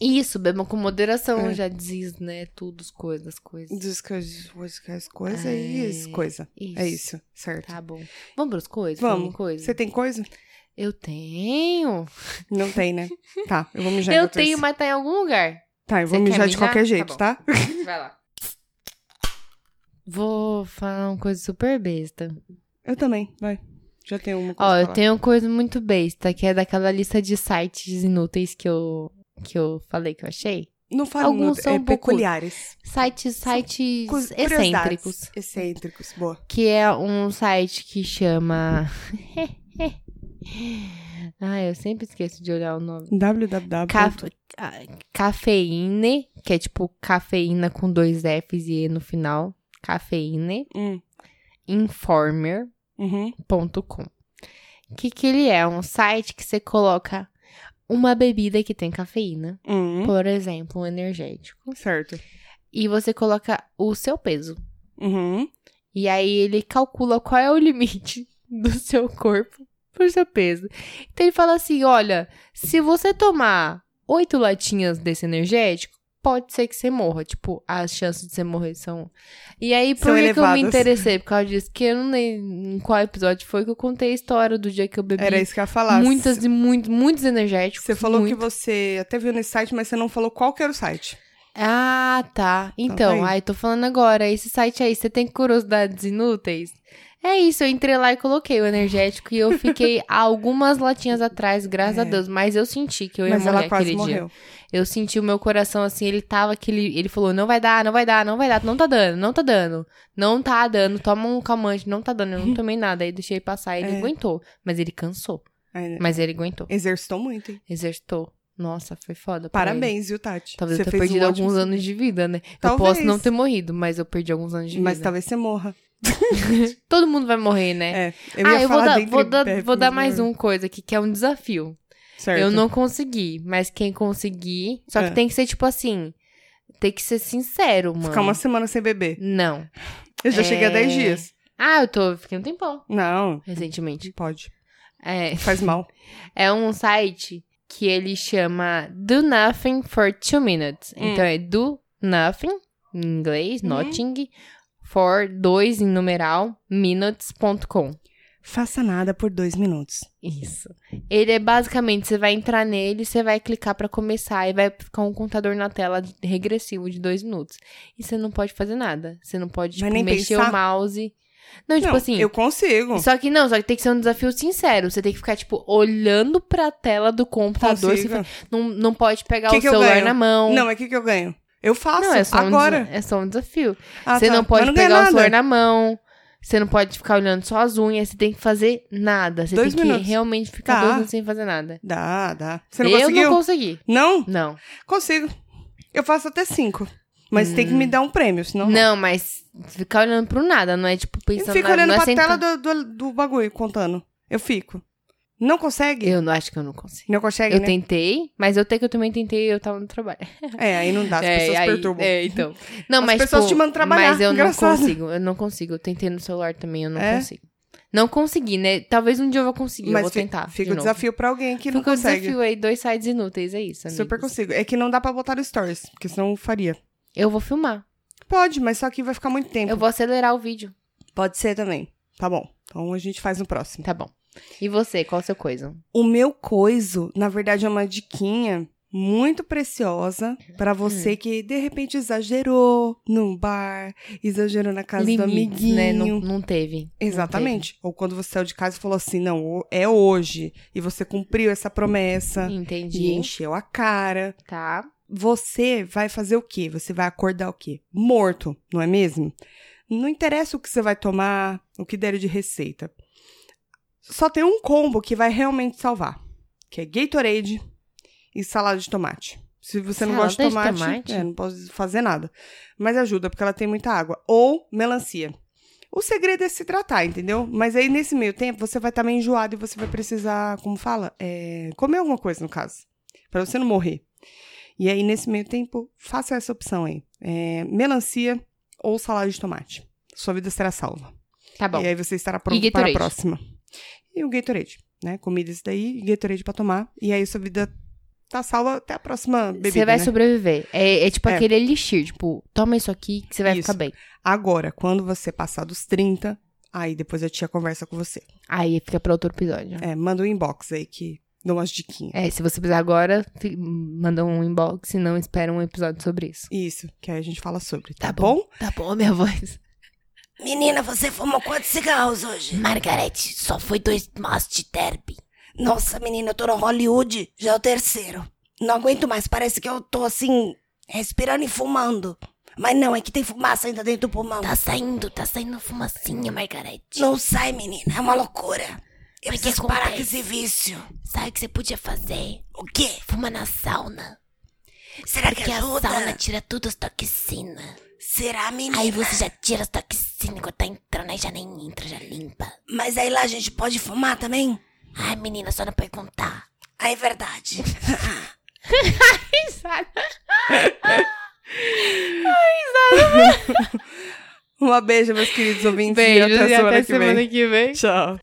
B: Isso, bebam com moderação,
A: É.
B: já diz, né? Tudo, as coisas, as coisas.
A: Diz que as coisas, que as coisas
B: É.
A: e as coisas.
B: Isso.
A: É isso, certo.
B: Tá bom. Vamos pras coisas?
A: Vamos.
B: falando em Coisa?
A: Você tem coisa?
B: Eu tenho.
A: Não tem, né? Tá, eu vou mijar
B: eu
A: enquanto
B: tenho,
A: isso.
B: mas tá em algum lugar.
A: Tá, eu vou
B: Você quer
A: mijar de
B: mijar?
A: qualquer
B: Tá
A: jeito,
B: bom.
A: tá?
B: Vai lá. Vou falar uma coisa super besta.
A: Eu também, vai. Já tenho uma coisa.
B: Ó,
A: pra
B: eu
A: falar.
B: tenho uma coisa muito besta, que é daquela lista de sites inúteis que eu, que eu falei que eu achei.
A: Não falo
B: Alguns
A: muito,
B: são
A: é
B: um pouco
A: peculiares.
B: Sites, sites
A: Cus- curiosidades.
B: excêntricos.
A: Excêntricos, boa.
B: Que é um site que chama. Ai, eu sempre esqueço de olhar o nome.
A: www.
B: Cafe- ca- Cafeíne, que é tipo cafeína com dois Fs e E no final. Cafeíne.
A: Hum,
B: Informer.com.
A: uhum.
B: O que, que ele é? Um site que você coloca uma bebida que tem cafeína,
A: Uhum.
B: por exemplo, um energético,
A: Certo.
B: e você coloca o seu peso.
A: Uhum.
B: E aí ele calcula qual é o limite do seu corpo pro seu peso. Então ele fala assim: olha, se você tomar oito latinhas desse energético, pode ser que você morra. Tipo, as chances de você morrer são. E aí, por
A: São
B: que, que eu me
A: elevadas.
B: interessei? Por causa disso, que eu não lembro em qual episódio foi que eu contei a história do dia que eu bebi
A: Era isso que eu ia falar.
B: muitas e muitos, muitos energéticos.
A: Você falou
B: muito.
A: que você até viu nesse site, mas você não falou qual que era o site.
B: Ah, tá. Então,
A: tá aí.
B: aí tô falando agora, esse site aí, você tem curiosidades inúteis? É isso, eu entrei lá e coloquei o energético e eu fiquei algumas latinhas atrás, graças a
A: É.
B: Deus, mas eu senti que eu ia
A: mas
B: morrer
A: ela quase
B: aquele dia.
A: morreu.
B: Eu senti o meu coração assim, ele tava aquele, ele falou, não vai dar, não vai dar, não vai dar, não tá dando, não tá dando. Não tá dando, toma um calmante, não tá dando, eu não tomei nada, aí deixei passar, ele
A: É.
B: aguentou, mas ele cansou,
A: Ai, né?
B: mas ele aguentou.
A: Exercitou muito, hein?
B: Exercitou. Nossa, foi foda. pra ele.
A: Parabéns, viu, Tati?
B: Talvez
A: Você
B: eu tenha
A: fez um
B: perdido
A: ótimo
B: alguns
A: serviço.
B: anos de vida, né? Eu
A: Talvez.
B: posso não ter morrido, mas eu perdi alguns anos de
A: Mas
B: vida.
A: talvez você morra.
B: Todo mundo vai morrer, né?
A: É. Eu
B: ah,
A: ia
B: eu vou
A: falar
B: dar,
A: dentre
B: vou dar,
A: bebes,
B: vou dar
A: mas
B: mais
A: não-
B: uma coisa aqui, que é um desafio.
A: né? Certo.
B: Eu não consegui, mas quem conseguir. Só que
A: É.
B: tem que ser tipo assim. Tem que ser sincero, mano.
A: Ficar uma semana sem beber.
B: Não.
A: Eu já cheguei a
B: É.
A: 10 dias.
B: Ah, eu tô. Fiquei um tempão
A: Não,
B: recentemente.
A: pode.
B: É,
A: Faz mal.
B: é um site que ele chama Do Nothing for Two Minutes.
A: Hum.
B: Então é Do Nothing, em inglês,
A: Uhum.
B: nothing, for dois em numeral, minutes.com.
A: Faça nada por dois minutos.
B: Isso. Ele é basicamente, você vai entrar nele, você vai clicar pra começar e vai ficar um contador na tela de- regressivo de dois minutos. E você não pode fazer nada. Você não pode,
A: Mas
B: tipo,
A: nem
B: mexer
A: pensar?
B: o mouse. Não, tipo
A: Não,
B: assim.
A: Eu consigo.
B: Só que não, só que tem que ser um desafio sincero. Você tem que ficar, tipo, olhando pra tela do computador. é um Você
A: Consigo.
B: fa- não, não pode pegar
A: Que
B: o
A: que eu
B: celular
A: ganho?
B: na mão.
A: Não, mas o que, que eu ganho? Eu faço
B: Não, é só, Um,
A: agora.
B: desa- é só um desafio.
A: Ah,
B: você
A: tá.
B: não
A: Mas
B: pode
A: ganho
B: pegar o
A: nada.
B: celular na mão. Você não pode ficar olhando só as unhas. Você tem que fazer nada. Você
A: Dois
B: tem
A: minutos.
B: que realmente ficar
A: Tá.
B: dois minutos sem fazer nada.
A: Dá, dá. Você não
B: eu
A: conseguiu?
B: não consegui.
A: Não,
B: Não.
A: consigo. Eu faço até cinco. Mas tem que me dar um prêmio, senão.
B: Hum. Não, mas ficar olhando pro nada, não é tipo
A: Eu
B: pensando
A: fico
B: nada,
A: olhando
B: não é
A: pra
B: sentar-
A: tela do, do, do bagulho contando. Eu fico. Não consegue?
B: Eu não acho que eu não consigo.
A: Não consegue,
B: Eu
A: né?
B: tentei, mas eu até que eu também tentei eu tava no trabalho.
A: É, aí não dá, as
B: é,
A: pessoas
B: aí-
A: perturbam.
B: É, então. Não,
A: As
B: mas
A: pessoas
B: tipo,
A: te mandam trabalhar,
B: Mas eu
A: engraçado.
B: não consigo, eu não consigo. Eu tentei no celular também, eu não
A: É?
B: consigo. Não consegui, né? Talvez um dia eu vou conseguir, eu
A: Mas
B: vou
A: fi-
B: tentar. de
A: fica o
B: novo.
A: desafio pra alguém que não
B: Fica o
A: consegue.
B: desafio aí, dois sites inúteis, é isso, amigos.
A: Super consigo. É que não dá pra botar no stories, porque senão eu faria.
B: Eu vou filmar.
A: Pode, mas só que vai ficar muito tempo.
B: Eu vou acelerar o vídeo.
A: Pode ser também. Tá bom. Então a gente faz no próximo.
B: Tá bom. E você, qual a sua coisa?
A: O meu coiso, na verdade, é uma diquinha muito preciosa
B: Hum.
A: pra você que de repente exagerou num bar, exagerou na casa do
B: Limites,
A: amiguinho.
B: né? Não, não teve. Não
A: Exatamente. Ou quando você saiu de casa e falou assim, não, o- é hoje. E você cumpriu essa promessa
B: teve.
A: e
B: Entendi.
A: encheu a cara.
B: Tá.
A: Você vai fazer o quê? Você vai acordar o quê? Morto, não é mesmo? Não interessa o que você vai tomar, o que der de receita. Só tem um combo que vai realmente salvar, que é Gatorade e salada de tomate. Se você não gosta de
B: Salada
A: tomate,
B: de tomate?
A: é, não pode fazer nada. Mas ajuda, porque ela tem muita água. Ou melancia. O segredo é se hidratar, entendeu? Mas aí, nesse meio tempo, você vai estar meio enjoado e você vai precisar, como fala, é, comer alguma coisa, no caso. Pra você não morrer. E aí, nesse meio tempo, faça essa opção aí. É, melancia ou salada de tomate. Sua vida será salva.
B: Tá bom.
A: E aí você estará pronto para a
B: Gatorade.
A: próxima. E o Gatorade, né? Comida isso daí, e Gatorade pra tomar. E aí sua vida tá salva até a próxima bebida,
B: Você vai
A: né?
B: sobreviver. É, é tipo
A: É.
B: aquele elixir, tipo, toma isso aqui que você vai
A: Isso.
B: ficar bem.
A: Agora, quando você passar dos 30, aí depois a tia conversa com você.
B: Aí fica pra outro episódio.
A: É, manda um inbox aí que dou umas diquinhas.
B: É, se você precisar agora, fi- manda um inbox e não espera um episódio sobre isso.
A: Isso, que aí a gente fala sobre, tá,
B: Tá
A: bom?
B: bom. Tá bom, minha voz.
C: Menina, você fumou quantos cigarros hoje? Margarete, só foi dois maços de derby. Nossa, menina, eu tô no Hollywood, já é o terceiro. Não aguento mais, parece que eu tô assim, respirando e fumando. Mas não, é que tem fumaça ainda dentro do pulmão.
D: Tá saindo, tá saindo fumacinha, Margarete.
C: Não sai, menina, é uma loucura. Eu
D: Mas
C: preciso
D: que
C: parar com
D: acontece?
C: esse vício.
D: Sabe o que você podia fazer?
C: O quê?
D: Fuma na sauna.
C: Será que
D: Porque a
C: ajuda?
D: sauna é tira tudo as toxinas.
C: Será, menina?
D: Aí você já tira as toxinas quando tá entrando, aí já nem entra, já limpa.
C: Mas aí lá a gente pode fumar também?
D: Ai, menina, só não perguntar.
C: Ah, é verdade.
A: Um beijo, meus queridos ouvintes. e até a semana que vem. Tchau.